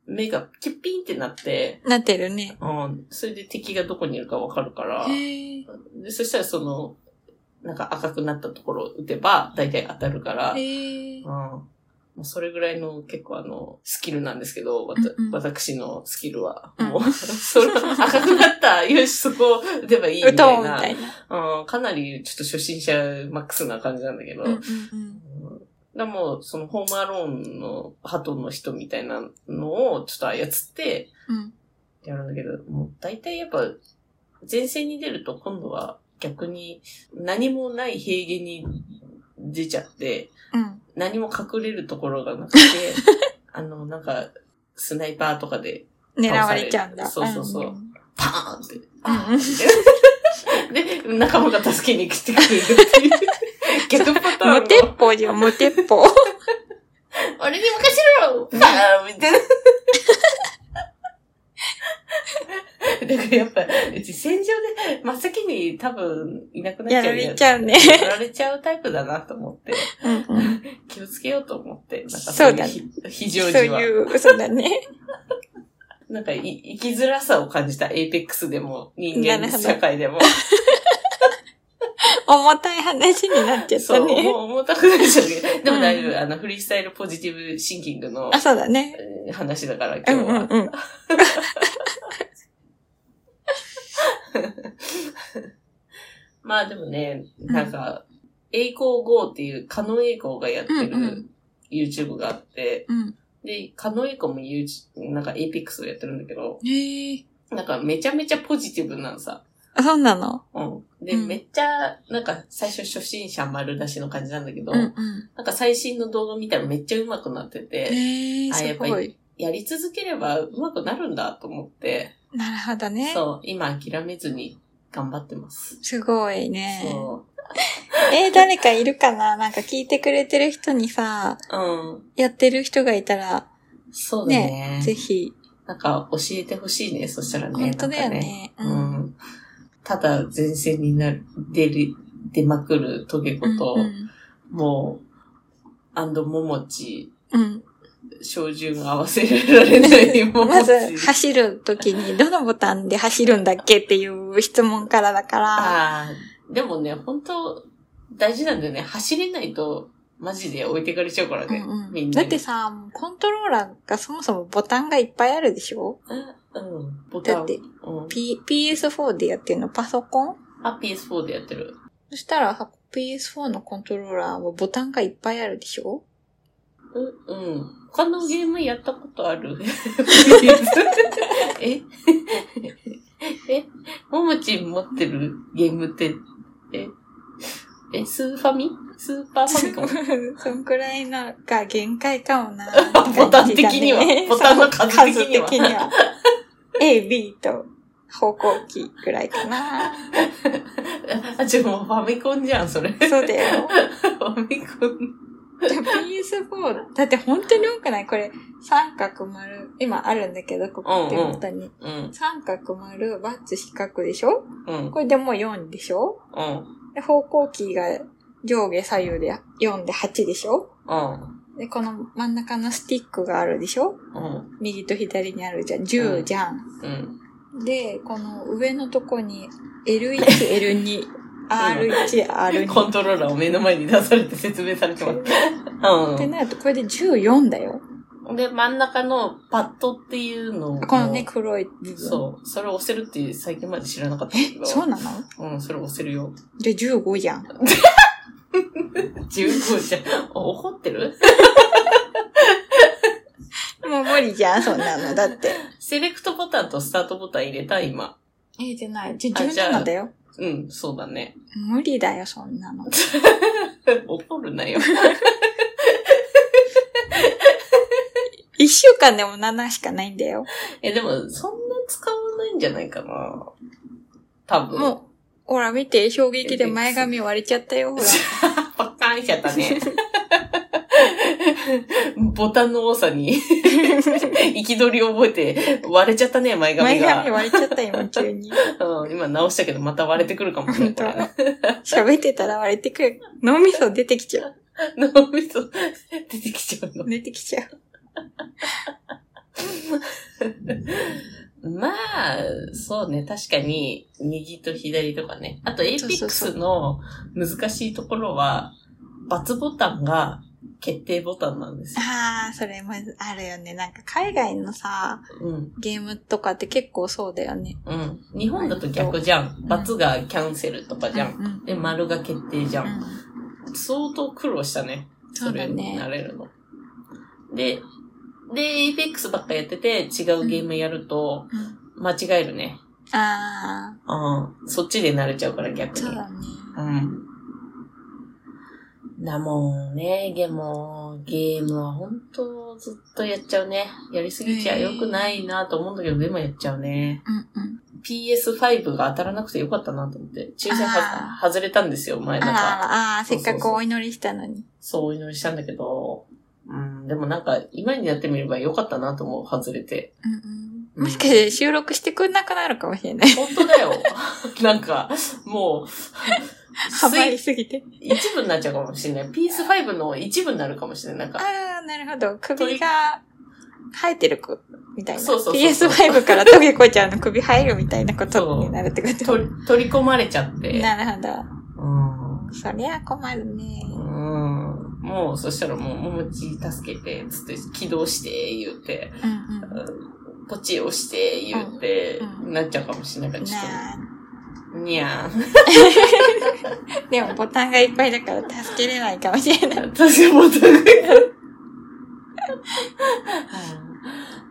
[SPEAKER 1] 目がキュッピンってなって、
[SPEAKER 2] なってるね。
[SPEAKER 1] うん、それで敵がどこにいるかわかるから、
[SPEAKER 2] へえ。
[SPEAKER 1] でそしたらその、なんか赤くなったところを打てば、大体当たるから、
[SPEAKER 2] へ
[SPEAKER 1] う
[SPEAKER 2] え
[SPEAKER 1] ん。。もうそれぐらいの結構あの、スキルなんですけど、わた
[SPEAKER 2] うんうん
[SPEAKER 1] 私のスキルは。
[SPEAKER 2] うん
[SPEAKER 1] もう、それ赤くなった、よし、そこ打てばいいみ
[SPEAKER 2] う
[SPEAKER 1] た
[SPEAKER 2] と
[SPEAKER 1] いう
[SPEAKER 2] み
[SPEAKER 1] な。
[SPEAKER 2] たいな。
[SPEAKER 1] うん、かなりちょっと初心者マックスな感じなんだけど。
[SPEAKER 2] うんうんうん。
[SPEAKER 1] でも、そのホームアローンの鳩の人みたいなのをちょっと操って
[SPEAKER 2] うん。
[SPEAKER 1] やるんだけど、もう大体やっぱ前線に出ると今度は逆に何もない平原に出ちゃって、
[SPEAKER 2] うん。
[SPEAKER 1] 何も隠れるところが なくて、あの、なんか、スナイパーとかで
[SPEAKER 2] 狙われちゃうんだ。
[SPEAKER 1] そうそうそう
[SPEAKER 2] うん
[SPEAKER 1] パーンって。
[SPEAKER 2] うん
[SPEAKER 1] で、仲間が助けに来てくれるって いう。逆パターン
[SPEAKER 2] 無
[SPEAKER 1] の。
[SPEAKER 2] 鉄砲じゃん、無鉄砲。
[SPEAKER 1] 俺に任せろパーンみたいな。だからやっぱ、うち戦場で真っ先に多分 いなくなっちゃ
[SPEAKER 2] や
[SPEAKER 1] うん
[SPEAKER 2] ら
[SPEAKER 1] だよ
[SPEAKER 2] れちゃうね。
[SPEAKER 1] やられちゃうタイプだなと思って、
[SPEAKER 2] うんうん。
[SPEAKER 1] 気をつけようと思って、なんか
[SPEAKER 2] そうだね
[SPEAKER 1] 非非常
[SPEAKER 2] そう
[SPEAKER 1] 時は。
[SPEAKER 2] いう、そうだね。
[SPEAKER 1] なんかい、生きづらさを感じた。エイペックスでも、人間
[SPEAKER 2] なるほど
[SPEAKER 1] 社会で も。
[SPEAKER 2] 重たい話になっちゃっ
[SPEAKER 1] そ
[SPEAKER 2] た
[SPEAKER 1] う、も
[SPEAKER 2] ね。
[SPEAKER 1] う重たくなっちゃうけど。でも大丈
[SPEAKER 2] うん
[SPEAKER 1] 夫、あの、フリースタイルポジティブシンキングの
[SPEAKER 2] あ、そうだね。
[SPEAKER 1] えー話だから、今日
[SPEAKER 2] うんうん
[SPEAKER 1] は。
[SPEAKER 2] うん。
[SPEAKER 1] まあでもね、なんか、栄光 GO っていう、カノ栄光がやって
[SPEAKER 2] うんう
[SPEAKER 1] る YouTube があって、
[SPEAKER 2] うん。
[SPEAKER 1] で、カノ栄光も YouTube、なんか APEX をやってるんだけど、
[SPEAKER 2] へえ。
[SPEAKER 1] なんかめちゃめちゃポジティブなのさ。
[SPEAKER 2] あ、そうなの
[SPEAKER 1] うん。で、
[SPEAKER 2] うん
[SPEAKER 1] めっちゃ、なんか最初初心者丸出しの感じなんだけど、
[SPEAKER 2] うんうん。
[SPEAKER 1] なんか最新の動画見たらめっちゃ上手くなってて、
[SPEAKER 2] へえ、
[SPEAKER 1] あ
[SPEAKER 2] す
[SPEAKER 1] やっぱ
[SPEAKER 2] ごい
[SPEAKER 1] り。やり続ければ上手くなるんだと思って、
[SPEAKER 2] なるほどね。
[SPEAKER 1] そう、今諦めずに頑張ってます。
[SPEAKER 2] すごいね。
[SPEAKER 1] そ
[SPEAKER 2] えー、誰かいるかななんか聞いてくれてる人にさ、
[SPEAKER 1] う。うん。
[SPEAKER 2] やってる人がいたら、
[SPEAKER 1] そうだね。
[SPEAKER 2] ぜひ。
[SPEAKER 1] なんか教えてほしいね、そしたらね。
[SPEAKER 2] 本当だよね
[SPEAKER 1] なんか
[SPEAKER 2] うん
[SPEAKER 1] うん。ただ前線になる、出る、出まくるトゲ子と、
[SPEAKER 2] うん
[SPEAKER 1] もう、アンドももち、
[SPEAKER 2] うん。
[SPEAKER 1] 照準が合わせられないも
[SPEAKER 2] うん。
[SPEAKER 1] も
[SPEAKER 2] ま
[SPEAKER 1] ち。
[SPEAKER 2] ず、走るときに、どのボタンで走るんだっけっていう質問からだから、
[SPEAKER 1] ああ、でもね、本当大事なんだよね。走れないと、マジで置いてかれちゃうから
[SPEAKER 2] う
[SPEAKER 1] ね。
[SPEAKER 2] んう
[SPEAKER 1] みん
[SPEAKER 2] ん、
[SPEAKER 1] な
[SPEAKER 2] だ
[SPEAKER 1] に。
[SPEAKER 2] ってさ、もうコントローラーがそもそもボタンがいっぱいあるでしょ
[SPEAKER 1] うん。ボタン。
[SPEAKER 2] だって、
[SPEAKER 1] うん、
[SPEAKER 2] P、PS4 でやってるのパソコン
[SPEAKER 1] あ、PS4 でやってる。
[SPEAKER 2] そしたらさ、PS4 のコントローラーはボタンがいっぱいあるでしょ
[SPEAKER 1] う、うん。他のゲームやったことある え えももちん持ってるゲームって、ええ、スーファミスーパーファミコン。
[SPEAKER 2] そんくらいのが限界かもな
[SPEAKER 1] ボタン的 にはボタンの数的には
[SPEAKER 2] そう数 A、B と方向キーぐらいかな。
[SPEAKER 1] あ、ちょ、もうファミコンじゃん、それ。 フ
[SPEAKER 2] そうだよ。
[SPEAKER 1] ァミコン。
[SPEAKER 2] じゃあ PS4、だって本当に多くないこれ、三角丸、今あるんだけど、ここ手元に。
[SPEAKER 1] うん、
[SPEAKER 2] 三角丸、バツ四角でしょ
[SPEAKER 1] うん、
[SPEAKER 2] これでもう4でしょ
[SPEAKER 1] うん、
[SPEAKER 2] で方向キーが上下左右で4で8でしょ
[SPEAKER 1] うん、
[SPEAKER 2] で、この真ん中のスティックがあるでしょ
[SPEAKER 1] うん、
[SPEAKER 2] 右と左にあるじゃん。10じゃん。
[SPEAKER 1] うん。
[SPEAKER 2] で、この上のとこに L1、L2、R1、
[SPEAKER 1] コン
[SPEAKER 2] R2。
[SPEAKER 1] トローラーを目の前に出されて説明されてます。う
[SPEAKER 2] ってなると、これで14だよ。
[SPEAKER 1] ん。で、真ん中のパッドっていうのを。
[SPEAKER 2] このね、黒い部分。
[SPEAKER 1] そう。それを押せるって最近まで知らなかったけど。
[SPEAKER 2] え、そうなの
[SPEAKER 1] うん、それ押せるよ。
[SPEAKER 2] じゃあ15じゃん。
[SPEAKER 1] 15じゃん。 怒ってる
[SPEAKER 2] もう無理じゃん、そんなの。だって。
[SPEAKER 1] セレクトボタンとスタートボタン入れた、今。
[SPEAKER 2] ええ、じゃない。じゃあ
[SPEAKER 1] あじゃあ
[SPEAKER 2] 17だよ。
[SPEAKER 1] うん、そうだね。
[SPEAKER 2] 無理だよ、そんなの。
[SPEAKER 1] 怒るなよ。
[SPEAKER 2] 1週間でも7しかないんだよ。
[SPEAKER 1] え、でも、そんな使わないんじゃないかな。多分。
[SPEAKER 2] もう、ほら見て、衝撃で前髪割れちゃったよ、ほら。
[SPEAKER 1] パッカーンしちゃった ね。ボタンの多さ に、憤りを覚えて、割れちゃったね、前髪
[SPEAKER 2] 前
[SPEAKER 1] が。
[SPEAKER 2] 髪割れちゃった、今急に。
[SPEAKER 1] うん、今直したけど、また割れてくるかもね、
[SPEAKER 2] 本
[SPEAKER 1] こ
[SPEAKER 2] 当
[SPEAKER 1] れね。
[SPEAKER 2] 喋ってたら割れてくる。脳みそ出てきちゃう。
[SPEAKER 1] 脳みそ、出てきちゃうの。
[SPEAKER 2] 出てきちゃう。
[SPEAKER 1] まあ、そうね、確かに、右と左とかね。あと、エイピックスの難しいところは、×ボタンが決定ボタンなんですよ。
[SPEAKER 2] あー、それもあるよね。なんか海外のさ、
[SPEAKER 1] うん、
[SPEAKER 2] ゲームとかって結構そうだよね。
[SPEAKER 1] うん。日本だと逆じゃん。×がキャンセルとかじゃん。
[SPEAKER 2] うん。うん
[SPEAKER 1] で、丸が決定じゃん。相当苦労したね。
[SPEAKER 2] そ
[SPEAKER 1] そう
[SPEAKER 2] だね
[SPEAKER 1] れになれるの。で、で、エイペックスばっかやってて、違うゲームやると、
[SPEAKER 2] うん
[SPEAKER 1] 間違えるね。
[SPEAKER 2] あ
[SPEAKER 1] うん。そっちで慣れちゃうから
[SPEAKER 2] ー、
[SPEAKER 1] 逆
[SPEAKER 2] そう
[SPEAKER 1] に。
[SPEAKER 2] だね。
[SPEAKER 1] うん。だもんね、ゲーム、ゲームは本当ずっとやっちゃうね。やりすぎちゃ良くないなと思うんだけど、でもやっちゃうね。
[SPEAKER 2] うんうん。
[SPEAKER 1] PS5 が当たらなくてよかったなと思って。抽選
[SPEAKER 2] あ
[SPEAKER 1] は外れたんですよ、前
[SPEAKER 2] あ
[SPEAKER 1] だ
[SPEAKER 2] ら
[SPEAKER 1] か
[SPEAKER 2] あ
[SPEAKER 1] ら。
[SPEAKER 2] ら、あー、
[SPEAKER 1] そ
[SPEAKER 2] せ
[SPEAKER 1] うそ
[SPEAKER 2] っ
[SPEAKER 1] うそう
[SPEAKER 2] かくお祈りしたのに。
[SPEAKER 1] そうお祈りしたんだけど、うん、でもなんか今になってみれば良かったなと思う、外れて。
[SPEAKER 2] うんうん。もしかして収録してくんなくなるかもしれない。
[SPEAKER 1] 本当だ よ。なんか、もう、
[SPEAKER 2] ハマり
[SPEAKER 1] スイ
[SPEAKER 2] すぎて。
[SPEAKER 1] 一部になっちゃうかもしれない。PS5 の一部になるかもしれない。なんか、
[SPEAKER 2] ああ、なるほど。首が生えてる子みたいな。
[SPEAKER 1] そうそうそうそう
[SPEAKER 2] PS5 からトゲコちゃんの首生えるみたいなことになるっ てこと。
[SPEAKER 1] 取り取り込まれちゃって。
[SPEAKER 2] なるほど。
[SPEAKER 1] うん。
[SPEAKER 2] そりゃ困るね。
[SPEAKER 1] うんもう、そしたらもう、ももち助けて、つって、起動して、言うて、
[SPEAKER 2] うんうん。
[SPEAKER 1] ポチ押して、言うて、
[SPEAKER 2] うんう
[SPEAKER 1] なっちゃうかもしれないから、ちょ
[SPEAKER 2] なあ。
[SPEAKER 1] っと、にゃーん。
[SPEAKER 2] でもボタンがいっぱいだから助けれないかもしれない。
[SPEAKER 1] 私も高いから。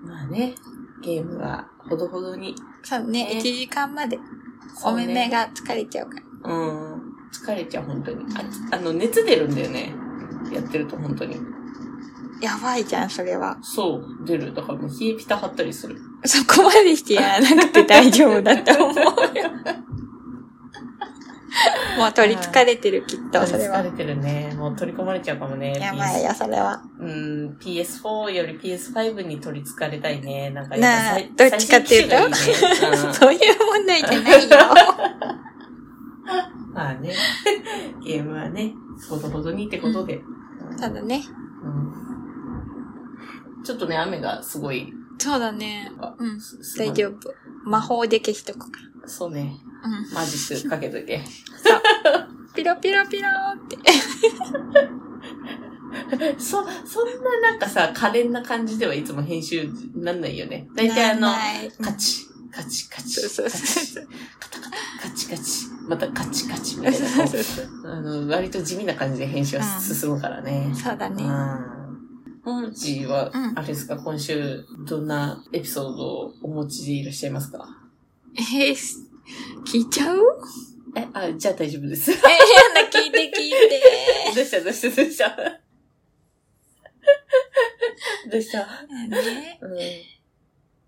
[SPEAKER 1] まあね、ゲームはほどほどに。
[SPEAKER 2] そうね、
[SPEAKER 1] ね
[SPEAKER 2] 1時間まで。お目目。が疲れちゃうから。
[SPEAKER 1] うん。疲れちゃう、本当に。ああの、熱出るんだよね。やってると本当に。
[SPEAKER 2] やばいじゃん、それは。
[SPEAKER 1] そう、出る。だからもう冷えピタ張ったりする。
[SPEAKER 2] そこまでしてやらなくて大丈夫だと思う よ。もう取り憑かれてる、きっと、それ
[SPEAKER 1] 疲
[SPEAKER 2] は
[SPEAKER 1] れ。てるね。もう取り込まれちゃうかもね。
[SPEAKER 2] やばい
[SPEAKER 1] PS
[SPEAKER 2] よ、それは。
[SPEAKER 1] うん、PS4 より PS5 に取り憑かれたいね。なんか
[SPEAKER 2] なあ
[SPEAKER 1] 最
[SPEAKER 2] どっちかっていうと
[SPEAKER 1] 最新機種がいいねうん
[SPEAKER 2] そういう問題じゃないよ。
[SPEAKER 1] まあね、 ゲームはね、ほどほどにってことで。
[SPEAKER 2] ただね。
[SPEAKER 1] うんちょっとね、雨がすごい。
[SPEAKER 2] そうだね。うん。
[SPEAKER 1] す
[SPEAKER 2] 大丈。夫。魔法で消しとく
[SPEAKER 1] すご
[SPEAKER 2] か
[SPEAKER 1] いそうね、
[SPEAKER 2] ら。うん。
[SPEAKER 1] マジックかけ といて。
[SPEAKER 2] ピロピロピローって。
[SPEAKER 1] そ、そんななんかさ、可憐な感じではいつも編集なんないよね。大体あの
[SPEAKER 2] な、い
[SPEAKER 1] カチ、カチカチ、
[SPEAKER 2] そうそう
[SPEAKER 1] カチ
[SPEAKER 2] そ、
[SPEAKER 1] カチカチ、またカチカチみたいなこう。あの、割と地味な感じで編集は進むからね。
[SPEAKER 2] そうだね。
[SPEAKER 1] うん。ももちは、
[SPEAKER 2] うん
[SPEAKER 1] あれですか、今週、どんなエピソードをお持ちでいらっしゃいますか
[SPEAKER 2] えー、聞いちゃう
[SPEAKER 1] え、あ、じゃあ大丈夫です。
[SPEAKER 2] え、やだ、聞いて聞いて。
[SPEAKER 1] どうしたどうしたどうした どうした
[SPEAKER 2] ね、
[SPEAKER 1] うん。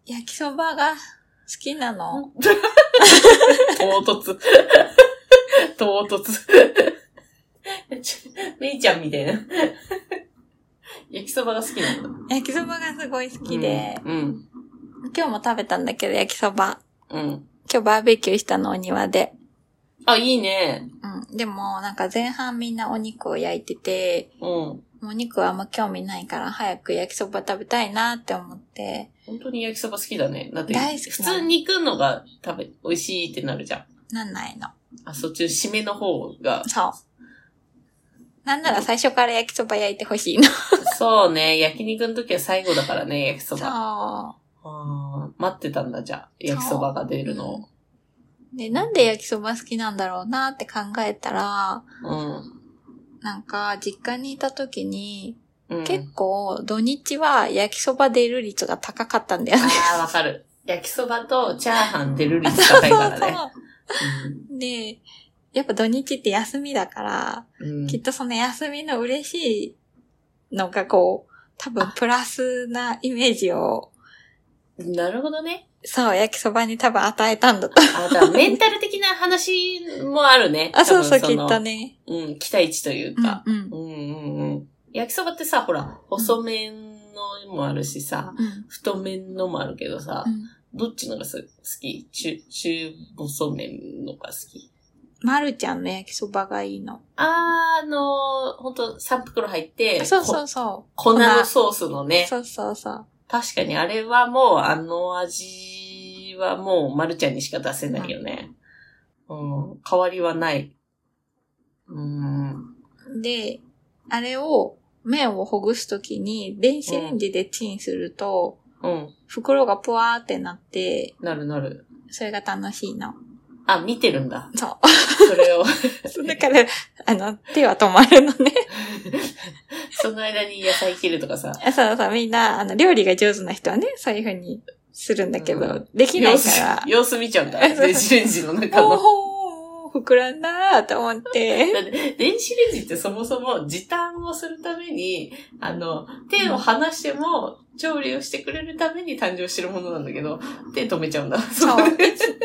[SPEAKER 2] 焼きそばが好きなの。
[SPEAKER 1] 唐突。唐突。ちょめいちゃんみたいな。焼きそばが好きなんだ。
[SPEAKER 2] 焼きそばがすごい好きで、
[SPEAKER 1] うん。
[SPEAKER 2] 今日も食べたんだけど、焼きそば。
[SPEAKER 1] うん。
[SPEAKER 2] 今日バーベキューしたの、お庭で。
[SPEAKER 1] あ、いいね。
[SPEAKER 2] うん。でも、なんか前半みんなお肉を焼いてて、
[SPEAKER 1] うん。本
[SPEAKER 2] お肉はあんま興味ないから、早く焼きそば食べたいなって思って。
[SPEAKER 1] 当に焼きそば好きだね。だって、
[SPEAKER 2] 大好き
[SPEAKER 1] 普通肉のが食べ、美味しいってなるじゃん。
[SPEAKER 2] なんないの。
[SPEAKER 1] あ、そっちの締めの方 が。
[SPEAKER 2] そう。なんなら最初から焼きそば焼いてほしいの。
[SPEAKER 1] そうね。焼肉の時は最後だからね、焼きそば。
[SPEAKER 2] そ
[SPEAKER 1] あー待ってたんだ、じゃあ。焼きそばが出るのを。
[SPEAKER 2] う。で、なんで焼きそば好きなんだろうなって考えたら、
[SPEAKER 1] うん。
[SPEAKER 2] なんか、実家にいた時に、
[SPEAKER 1] うん、
[SPEAKER 2] 結構、土日は焼きそば出る率が高かったんだよね。
[SPEAKER 1] ああ、わかる。焼きそばとチャーハン出る率高いからね。
[SPEAKER 2] そうで、やっぱ土日って休みだから、
[SPEAKER 1] うんうん
[SPEAKER 2] きっとその休みの嬉しいのがこう、多分プラスなイメージを、
[SPEAKER 1] なるほどね。
[SPEAKER 2] そう、焼きそばに多分与えたんだと。。
[SPEAKER 1] あ、だからメンタル的な話もあるね
[SPEAKER 2] あ、そうそう、
[SPEAKER 1] 多
[SPEAKER 2] き
[SPEAKER 1] 分
[SPEAKER 2] っ
[SPEAKER 1] の
[SPEAKER 2] とね。
[SPEAKER 1] うん、期待値という
[SPEAKER 2] うん、
[SPEAKER 1] か。
[SPEAKER 2] うん
[SPEAKER 1] う。ん、うん、うん。焼きそばってさ、ほら、細麺のもあるしさ、
[SPEAKER 2] うん。
[SPEAKER 1] 太麺のもあるけどさ
[SPEAKER 2] う、ん
[SPEAKER 1] どっちのがす好き中、中細麺のが好き
[SPEAKER 2] まるちゃんの焼きそばがいいの。
[SPEAKER 1] あーあのー、ほんと3袋入って、
[SPEAKER 2] そうそう
[SPEAKER 1] こ
[SPEAKER 2] そ
[SPEAKER 1] 粉のソースの
[SPEAKER 2] う。
[SPEAKER 1] ね。
[SPEAKER 2] そうそうそう。
[SPEAKER 1] 確かにあれはもう、あの味はもう、まるちゃんにしか出せないよね。うん、変わりはない。うん。
[SPEAKER 2] で、あれを、麺をほぐすときに、電子レンジでチンすると、
[SPEAKER 1] うん。
[SPEAKER 2] 袋がぷわーってなって、
[SPEAKER 1] なるなる。
[SPEAKER 2] それが楽しいの。
[SPEAKER 1] あ、見てるんだ。
[SPEAKER 2] そ
[SPEAKER 1] それ を。
[SPEAKER 2] う。だから、あの、手は止まるのね。
[SPEAKER 1] その間に野菜切るとかさ。
[SPEAKER 2] そうそう、みんな、あの、料理が上手な人はね、そういうふうにするんだけど、
[SPEAKER 1] うん
[SPEAKER 2] できない
[SPEAKER 1] 様
[SPEAKER 2] か
[SPEAKER 1] 子
[SPEAKER 2] ら、、
[SPEAKER 1] 様子見ちゃうん だ。電子レンジの中
[SPEAKER 2] おー
[SPEAKER 1] の。
[SPEAKER 2] ほー、膨らんだーと思っ て、
[SPEAKER 1] だって電子レンジってそもそも時短をするために、あの、手を離しても調理をしてくれるために誕生してるものなんだけど、手止めちゃうんだ。
[SPEAKER 2] そう。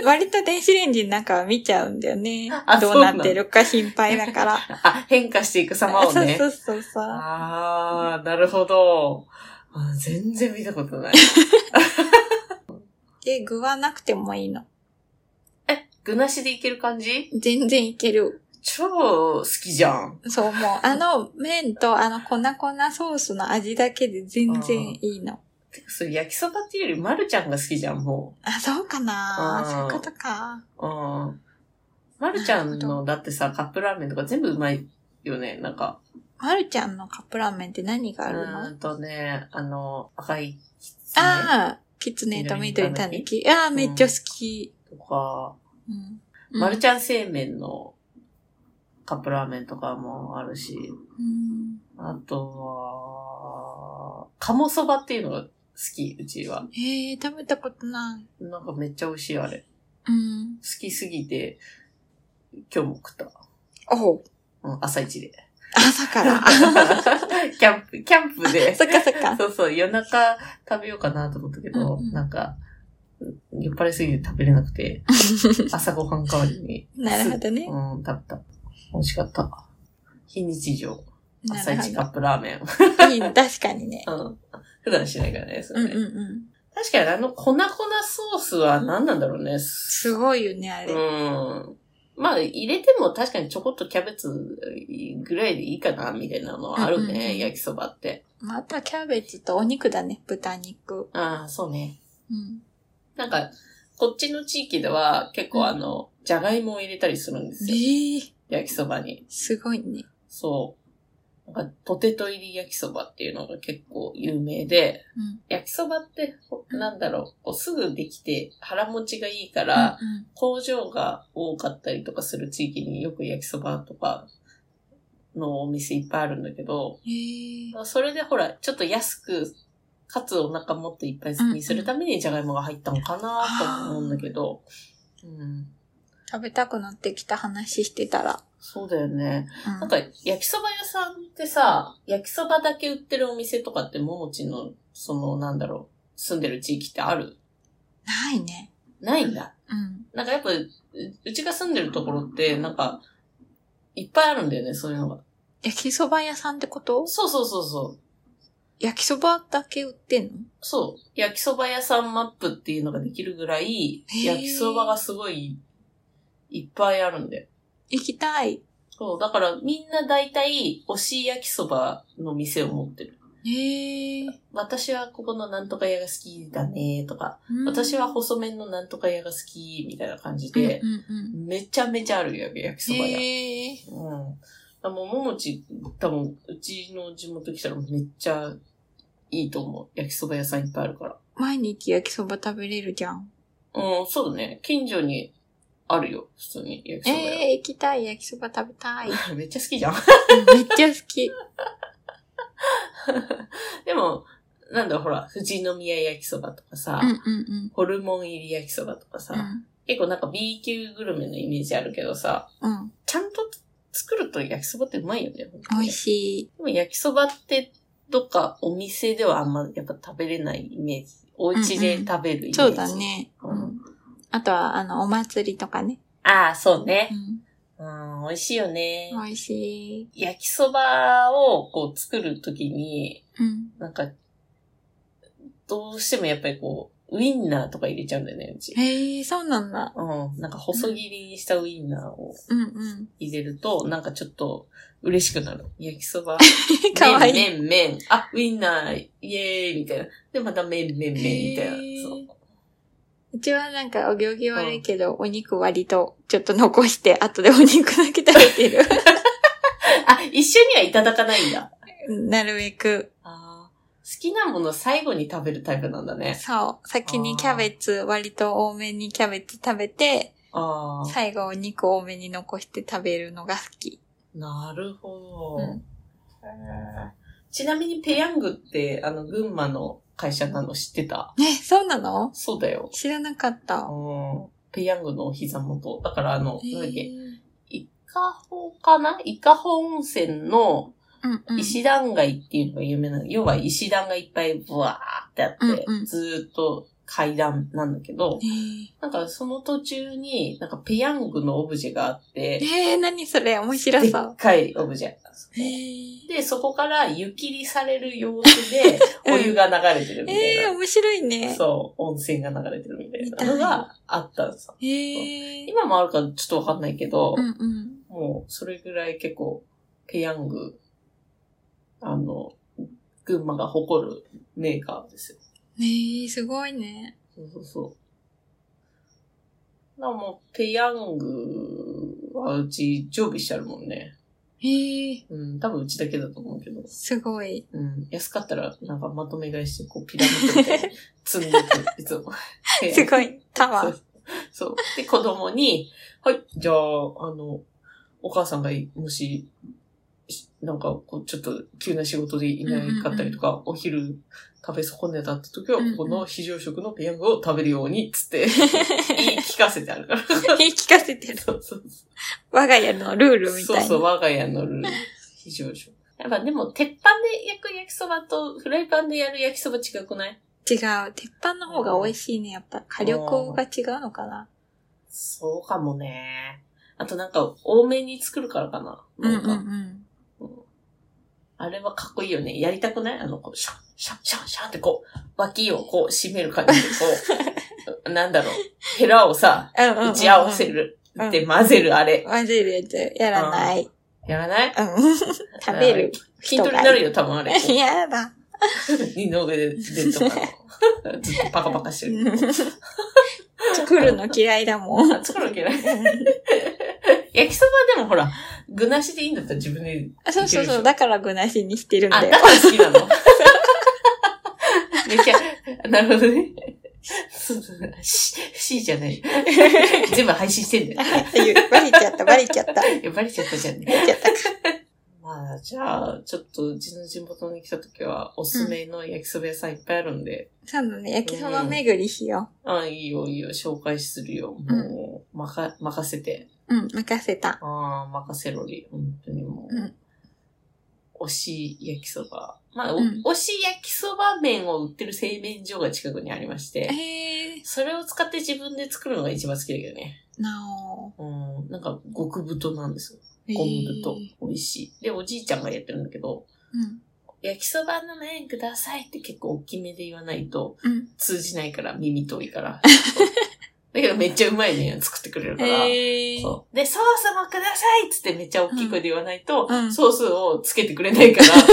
[SPEAKER 2] 割と電子レンジの中は見ちゃうんだよね
[SPEAKER 1] あ。
[SPEAKER 2] どうなってるか心配だから。
[SPEAKER 1] あ、変化していく 様をね。
[SPEAKER 2] そうそうそうそう。
[SPEAKER 1] ああ、なるほど。あ全然見たことない。
[SPEAKER 2] で、具はなくてもいいの。
[SPEAKER 1] え、 具なしでいける感じ
[SPEAKER 2] 全然いける。
[SPEAKER 1] 超好きじゃん。
[SPEAKER 2] そう、もう、あの麺とあの粉粉ソースの味だけで全然いいの。
[SPEAKER 1] てか、それ焼きそばっていうより、まるちゃんが好きじゃん、も
[SPEAKER 2] あそうかな
[SPEAKER 1] うん
[SPEAKER 2] そういうことか。
[SPEAKER 1] う。うん。まるちゃん
[SPEAKER 2] なるほ
[SPEAKER 1] の、だってさ、カップラーメンとか全部うまいよね、なんか。
[SPEAKER 2] まるちゃんのカップラーメンって何があ
[SPEAKER 1] う
[SPEAKER 2] るの、
[SPEAKER 1] ーんとね、あの、赤いキツネ
[SPEAKER 2] ああ、キツネと緑たぬき。ああ、めっちゃ好き。
[SPEAKER 1] とか、
[SPEAKER 2] うん。
[SPEAKER 1] マル
[SPEAKER 2] ゃ
[SPEAKER 1] ちゃん製麺のカップラーメンとかもあるし、
[SPEAKER 2] ん。
[SPEAKER 1] あとは、鴨そばっていうのが好き、うちは。
[SPEAKER 2] ええー、食べたことない。
[SPEAKER 1] なんかめっちゃ美味しい、あれ。
[SPEAKER 2] うん。
[SPEAKER 1] 好きすぎて、今日も食った。
[SPEAKER 2] おう
[SPEAKER 1] うん、朝一 で。
[SPEAKER 2] 朝 から。
[SPEAKER 1] キャンプ、キャンプで。
[SPEAKER 2] そっかそっか。
[SPEAKER 1] そうそう、夜中食べようかなと思ったけど、
[SPEAKER 2] うんうん
[SPEAKER 1] なんか、うん酔っ払いすぎて食べれなくて、朝ごはん代わりに、
[SPEAKER 2] なるほどね。
[SPEAKER 1] うん、食べた。美味しかった。非日常。
[SPEAKER 2] な
[SPEAKER 1] 朝
[SPEAKER 2] る
[SPEAKER 1] 一カ
[SPEAKER 2] ほ
[SPEAKER 1] ップラーメン。
[SPEAKER 2] ど。い いね確かにね。
[SPEAKER 1] うん。普段しないからね、それ
[SPEAKER 2] うん
[SPEAKER 1] ね。
[SPEAKER 2] うんうん。
[SPEAKER 1] 確かにあの粉粉ソースは何なんだろうね。
[SPEAKER 2] すごいよね、あ
[SPEAKER 1] う
[SPEAKER 2] れ。
[SPEAKER 1] ん。まあ、入れても確かにちょこっとキャベツぐらいでいいかな、みたいなのはあるね、
[SPEAKER 2] うんうんうん
[SPEAKER 1] 焼きそばって。
[SPEAKER 2] まああとはキャベツとお肉だね、豚肉。
[SPEAKER 1] ああ、そうね。
[SPEAKER 2] うん。
[SPEAKER 1] なんか、こっちの地域では結構あの、じゃがいもを入れたりするんですよ。
[SPEAKER 2] ええー、
[SPEAKER 1] 焼きそばに。
[SPEAKER 2] すごいね。
[SPEAKER 1] そう。なんか、ポテト入り焼きそばっていうのが結構有名で、
[SPEAKER 2] うん
[SPEAKER 1] 焼きそばって、ほ
[SPEAKER 2] うん
[SPEAKER 1] なんだろう、こうすぐできて腹持ちがいいから、
[SPEAKER 2] うん
[SPEAKER 1] 工場が多かったりとかする地域によく焼きそばとかのお店いっぱいあるんだけど、
[SPEAKER 2] うん、ええ
[SPEAKER 1] それでほら、ちょっと安く、かつお腹もっといっぱいにするためにじゃがいもが入ったのかなと思うんだけど、うん。
[SPEAKER 2] 食べたくなってきた話してたら。
[SPEAKER 1] そうだよね。
[SPEAKER 2] うん
[SPEAKER 1] なんか、焼きそば屋さんってさ、焼きそばだけ売ってるお店とかって、ももちの、その、なんだろう、住んでる地域ってある
[SPEAKER 2] ないね。
[SPEAKER 1] ないんだ。
[SPEAKER 2] うん。
[SPEAKER 1] なんかやっぱ、ううちが住んでるところって、なんか、いっぱいあるんだよね、そういうのが。
[SPEAKER 2] 焼きそば屋さんってこと
[SPEAKER 1] そうそうそうそう。
[SPEAKER 2] 焼きそばだけ売ってんの
[SPEAKER 1] そう。焼きそば屋さんマップっていうのができるぐらい、
[SPEAKER 2] へー
[SPEAKER 1] 焼きそばがすごい、いっぱいあるんだよ。
[SPEAKER 2] 行きたい。
[SPEAKER 1] そう。だからみんな大体、推し焼きそばの店を持ってる。
[SPEAKER 2] へえ。
[SPEAKER 1] 私はここのなんとか屋が好きだねとか、私は細麺のなんとか屋が好きみたいな感じで
[SPEAKER 2] う、んうん
[SPEAKER 1] めちゃめちゃあるよ、焼きそ
[SPEAKER 2] うん。
[SPEAKER 1] ば屋。
[SPEAKER 2] へえ。
[SPEAKER 1] うん。でも、ももち、多分、うちの地元来たらめっちゃいいと思う。焼きそば屋さんいっぱいあるから。
[SPEAKER 2] 毎日焼きそば食べれるじゃん。
[SPEAKER 1] うん、そうだね。近所にあるよ、普通に焼きそば屋。
[SPEAKER 2] ええー、行きたい。焼きそば食べた い。
[SPEAKER 1] めっちゃ好きじゃん。
[SPEAKER 2] めっちゃ好き。
[SPEAKER 1] でも、なんだろうほら、富士宮焼きそばとかさ、
[SPEAKER 2] うんうん
[SPEAKER 1] ホルモン入り焼きそばとかさ、
[SPEAKER 2] うん。
[SPEAKER 1] 結構なんか B 級グルメのイメージあるけどさ、
[SPEAKER 2] うん。
[SPEAKER 1] ちゃんと作ると焼きそばってうまいよね。本当
[SPEAKER 2] 美
[SPEAKER 1] に
[SPEAKER 2] 味しい。
[SPEAKER 1] でも焼きそばって、どっかお店ではあんまやっぱ食べれないイメージ。お家で食べるイメージ。
[SPEAKER 2] そうだ。ね。
[SPEAKER 1] う
[SPEAKER 2] うん
[SPEAKER 1] ん。
[SPEAKER 2] あとは、あの、お祭りとかね。
[SPEAKER 1] ああ、そう
[SPEAKER 2] う
[SPEAKER 1] ね。
[SPEAKER 2] ん。
[SPEAKER 1] うん、美味しいよね。
[SPEAKER 2] 美味しい。
[SPEAKER 1] 焼きそばをこう作るときに、
[SPEAKER 2] うん。
[SPEAKER 1] なんか、どうしてもやっぱりこう、ウインナーとか入れちゃうんだよね、うち。
[SPEAKER 2] へえ、そうなんだ。
[SPEAKER 1] うん。なんか細切りにしたウインナーを
[SPEAKER 2] うんうん。
[SPEAKER 1] 入れると、なんかちょっと嬉しくなる。焼きそば。
[SPEAKER 2] かわいい。
[SPEAKER 1] 麺、麺、麺。あ、ウインナー、イエーイみたいな。で、また麺、麺、麺みたいな
[SPEAKER 2] へー。
[SPEAKER 1] そう。
[SPEAKER 2] うちはなんかお行儀悪いけど、お肉割とちょっと残して、後でお肉だけ食べてる。
[SPEAKER 1] あ、一緒にはいただかないんだ。
[SPEAKER 2] なるべく。
[SPEAKER 1] あー好きなもの最後に食べるタイプなんだね。
[SPEAKER 2] そう。先にキャベツ、割と多めにキャベツ食べて、
[SPEAKER 1] ああ、
[SPEAKER 2] 最後お肉多めに残して食べるのが好き。
[SPEAKER 1] なるほど、
[SPEAKER 2] うん
[SPEAKER 1] へーちなみにペヤングって、あの、群馬の会社なの知ってた
[SPEAKER 2] ね、そうなの
[SPEAKER 1] そうだよ。
[SPEAKER 2] 知らなかった。
[SPEAKER 1] うん。ペヤングのお膝元。だからあの、なんだっけ、
[SPEAKER 2] へー
[SPEAKER 1] イカホかなイカホ温泉の、
[SPEAKER 2] うんうん。
[SPEAKER 1] 石段街っていうのが有名なの。要は石段がいっぱいブワーってあって、
[SPEAKER 2] うんうん
[SPEAKER 1] ずーっと階段なんだけど、
[SPEAKER 2] へ
[SPEAKER 1] なんかその途中に、なんかペヤングのオブジェがあって
[SPEAKER 2] ー、えー、何それ面白
[SPEAKER 1] で
[SPEAKER 2] そう
[SPEAKER 1] っ。かいオブジェ。
[SPEAKER 2] へー、
[SPEAKER 1] で、そこから湯切りされる様子で
[SPEAKER 2] うん
[SPEAKER 1] お湯が流れてるみたい
[SPEAKER 2] え
[SPEAKER 1] な。
[SPEAKER 2] ー、面白いね。
[SPEAKER 1] そう、温泉が流れてるみたいなのがあったんですよ。
[SPEAKER 2] へー
[SPEAKER 1] 今もあるかちょっとわかんないけど、
[SPEAKER 2] うんうん。
[SPEAKER 1] もうそれぐらい結構、ペヤング、あの、群馬が誇るメーカーですよ。
[SPEAKER 2] えー、すごいね。
[SPEAKER 1] そうそうそう。だからもう、ペヤングはうち常備してあるもんね。
[SPEAKER 2] へー
[SPEAKER 1] うん、多分うちだけだと思うけど。
[SPEAKER 2] すごい。
[SPEAKER 1] うん、安かったら、なんかまとめ買いして、こう、ピラミッドみたい に積んでいく、いつも。
[SPEAKER 2] すごい。タ
[SPEAKER 1] そ
[SPEAKER 2] ワー。
[SPEAKER 1] う。そう。で、子供に、はい、じゃあ、あの、お母さんがいもし、しなんか、こう、ちょっと急な仕事でいなかったりとか、お昼食べ損ねたって時は、
[SPEAKER 2] うんうん
[SPEAKER 1] ここの非常食のペヤングを食べるように、つ って、言い聞かせてあるから。
[SPEAKER 2] 言 い聞かせてる。
[SPEAKER 1] そうそう
[SPEAKER 2] 我が家のルールみ
[SPEAKER 1] そ
[SPEAKER 2] た
[SPEAKER 1] う
[SPEAKER 2] いな。
[SPEAKER 1] そう、我が家のルール非常食。やっぱでも、鉄板で焼く焼きそばと、フライパンでやる焼きそば違くない
[SPEAKER 2] 違う。鉄板の方が美味しいね。やっぱ火力が違うのかな。
[SPEAKER 1] そうかもね。あとなんか、多めに作るからかな。
[SPEAKER 2] うんう
[SPEAKER 1] なん
[SPEAKER 2] ん
[SPEAKER 1] か
[SPEAKER 2] うん。
[SPEAKER 1] あれはかっこいいよね。やりたくないあの、こう、シャン、シャン、シャン、シャンってこう、脇をこう、締める感じで、こ う、なんだろう、ヘラをさ、
[SPEAKER 2] うんうんうん
[SPEAKER 1] 打ち合わせ。る。
[SPEAKER 2] うん
[SPEAKER 1] で、混ぜる、あれ。
[SPEAKER 2] 混ぜるやつ。やらない。うん。
[SPEAKER 1] やらない
[SPEAKER 2] 食べる。
[SPEAKER 1] 筋トレになるよ、多分あ れ。こう
[SPEAKER 2] やだ。
[SPEAKER 1] 二の腕でとか の。ずっとパカパカしてる。
[SPEAKER 2] 作るの嫌いだもん。
[SPEAKER 1] あ作るわけない。焼きそばでもほら、具なしでいいんだったら自分で。
[SPEAKER 2] あそうそう
[SPEAKER 1] いけるでし
[SPEAKER 2] そう。
[SPEAKER 1] ょ
[SPEAKER 2] だから具なしにしてるん
[SPEAKER 1] あ、
[SPEAKER 2] だ
[SPEAKER 1] だ
[SPEAKER 2] よ。
[SPEAKER 1] から好き なの。めっちゃ、なるほどね。そうそうそう。し、しじゃ ない。全部配信してんだよ。
[SPEAKER 2] バレちゃった、バレちゃった。バレ
[SPEAKER 1] いやバレちゃったじゃんね。
[SPEAKER 2] ちゃった。
[SPEAKER 1] まあ、あ、じゃあ、ちょっとうちの地元に来た時は、おすすめの焼きそば屋さんいっぱいあるんで、
[SPEAKER 2] そうだね。焼きそば巡りしよ
[SPEAKER 1] あいいよ、いいよ、紹介するよ。もう、まか、任せて。
[SPEAKER 2] う。うん、任せた。
[SPEAKER 1] ああ、任せろり。本当にもう。
[SPEAKER 2] うん
[SPEAKER 1] 推し焼きそば。まあ、お
[SPEAKER 2] うん
[SPEAKER 1] 推し焼きそば麺を売ってる製麺所が近くにありまして、
[SPEAKER 2] へえ。
[SPEAKER 1] それを使って自分で作るのが一番好きだけどね。
[SPEAKER 2] なお。
[SPEAKER 1] うん、なんか極太なんですよ。
[SPEAKER 2] へー
[SPEAKER 1] 昆布と美味しい。で、おじいちゃんがやってるんだけど、
[SPEAKER 2] うん。
[SPEAKER 1] 焼きそばの麺くださいって結構大きめで言わないと
[SPEAKER 2] うん。
[SPEAKER 1] 通じないから、耳遠い から。だけどめっちゃうまい麺を作ってくれるから。
[SPEAKER 2] へえ。
[SPEAKER 1] そう。で、ソースもくださいっつってめっちゃ大きい声で言わないと、
[SPEAKER 2] うんうん
[SPEAKER 1] ソースをつけてくれないから。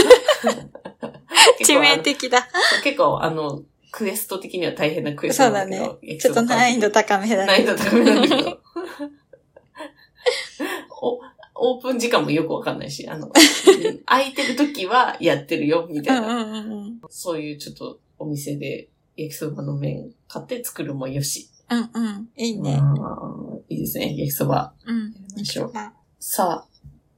[SPEAKER 1] 結
[SPEAKER 2] 致
[SPEAKER 1] 構あ
[SPEAKER 2] 命
[SPEAKER 1] の
[SPEAKER 2] 的だ。
[SPEAKER 1] そう結構、あの、クエスト的には大変なクエストなんだけ
[SPEAKER 2] そう
[SPEAKER 1] ど。ね
[SPEAKER 2] ちょっと難易度高めだ
[SPEAKER 1] 難易
[SPEAKER 2] ね。
[SPEAKER 1] 度高めなんだけど。 おオープン時間もよくわかんないし、あ の、うん空いてる時はやってるよ、み
[SPEAKER 2] う
[SPEAKER 1] たい
[SPEAKER 2] ん
[SPEAKER 1] な。
[SPEAKER 2] うんうんうん。
[SPEAKER 1] そういうちょっとお店で焼きそばの麺買って作るもよし。
[SPEAKER 2] うんうん。いいね。
[SPEAKER 1] うんいいですね、焼きそば。
[SPEAKER 2] うん。
[SPEAKER 1] ましょう
[SPEAKER 2] あ
[SPEAKER 1] さあ、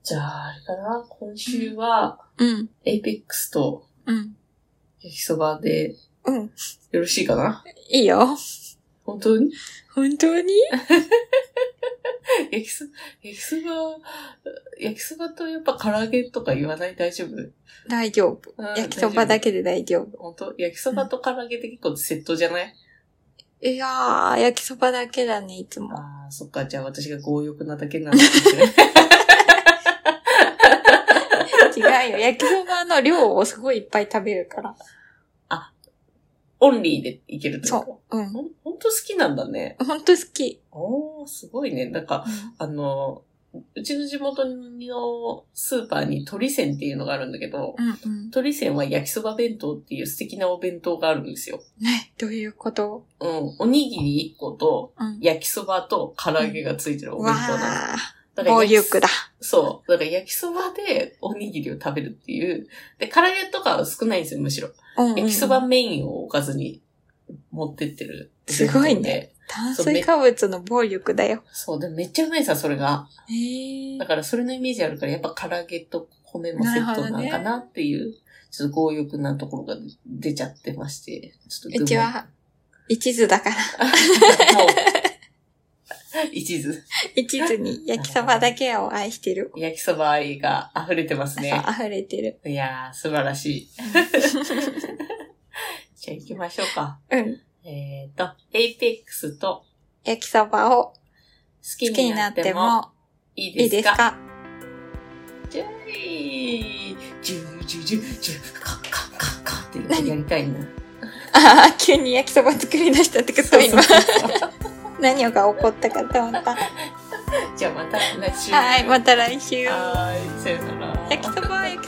[SPEAKER 1] じゃあ、あれかな今週は、
[SPEAKER 2] うん。
[SPEAKER 1] エイペックスと
[SPEAKER 2] うん。
[SPEAKER 1] 焼きそばで
[SPEAKER 2] うん。
[SPEAKER 1] よろしいかない
[SPEAKER 2] いよ。
[SPEAKER 1] 本当に
[SPEAKER 2] 本当に
[SPEAKER 1] 焼きそ、焼きそば、焼きそばとやっぱ唐揚げとか言わない大丈夫
[SPEAKER 2] 大丈夫。焼きそばだ
[SPEAKER 1] け。
[SPEAKER 2] けで大丈夫。
[SPEAKER 1] 本当焼きそばと唐揚げって結構セットじゃない、
[SPEAKER 2] いやー、焼きそばだけだね、いつ も。
[SPEAKER 1] ああ、そっか。じゃあ私が強欲なだ けなのかもしれない。
[SPEAKER 2] 違うよ。焼きそばの量をすごいいっぱい食べるから。
[SPEAKER 1] オンリーでいけるというか。
[SPEAKER 2] そう。うん。
[SPEAKER 1] ほん本当好きなんだね。
[SPEAKER 2] ほんと好き。
[SPEAKER 1] おー、すごいね。なんか、
[SPEAKER 2] うん
[SPEAKER 1] あの、うちの地元のスーパーに鳥せんっていうのがあるんだけど、
[SPEAKER 2] うんうん。
[SPEAKER 1] 鳥せんは焼きそば弁当っていう素敵なお弁当があるんですよ。
[SPEAKER 2] ね、どういうこと
[SPEAKER 1] うん。おにぎり1個と、
[SPEAKER 2] うん。
[SPEAKER 1] 焼きそばと唐揚げがついてるお
[SPEAKER 2] う
[SPEAKER 1] 弁
[SPEAKER 2] わ
[SPEAKER 1] 当なんです。だ
[SPEAKER 2] ー、
[SPEAKER 1] から
[SPEAKER 2] 暴
[SPEAKER 1] 焼き
[SPEAKER 2] 力だ。
[SPEAKER 1] そう。だから焼きそばでおにぎりを食べるっていう。で、唐揚げとかは少ないんですよ、むしろ。
[SPEAKER 2] うんうん
[SPEAKER 1] 焼きそばメインをおかずに持ってってる。
[SPEAKER 2] すごいね。炭水化物の暴力だよ。
[SPEAKER 1] そう。で、めっちゃうまいさ、それが。
[SPEAKER 2] へー
[SPEAKER 1] だ。からそれのイメージあるから、やっぱ唐揚げと米もセットなのかなっていう、ちょっと強欲なところが出ちゃってまして、ちょっと
[SPEAKER 2] うちは、一途だから。
[SPEAKER 1] 群馬。もう、 一途、
[SPEAKER 2] 一途 に焼きそばだけを愛してる。
[SPEAKER 1] 焼きそば愛が溢れてます ね。
[SPEAKER 2] そう溢れ てる。
[SPEAKER 1] いやー、素晴らしい。じゃあ行きましょうか。
[SPEAKER 2] うん。
[SPEAKER 1] えっ、ー、と、エイペックスと
[SPEAKER 2] 焼きそばを
[SPEAKER 1] 好き
[SPEAKER 2] 好き
[SPEAKER 1] に
[SPEAKER 2] に
[SPEAKER 1] な
[SPEAKER 2] な
[SPEAKER 1] っ
[SPEAKER 2] ってて
[SPEAKER 1] も
[SPEAKER 2] も
[SPEAKER 1] いい
[SPEAKER 2] いい
[SPEAKER 1] で
[SPEAKER 2] です
[SPEAKER 1] すか
[SPEAKER 2] か
[SPEAKER 1] ジュリージュジュジュジュカッカッカッカッってやりたいな。
[SPEAKER 2] ああ、 急に焼きそば作り出したってこと 今。
[SPEAKER 1] そう
[SPEAKER 2] 何が起こったかと思った。
[SPEAKER 1] じゃあまた来週。
[SPEAKER 2] はい、また来週。
[SPEAKER 1] はい、さよなら。
[SPEAKER 2] 焼きそば、焼きそば。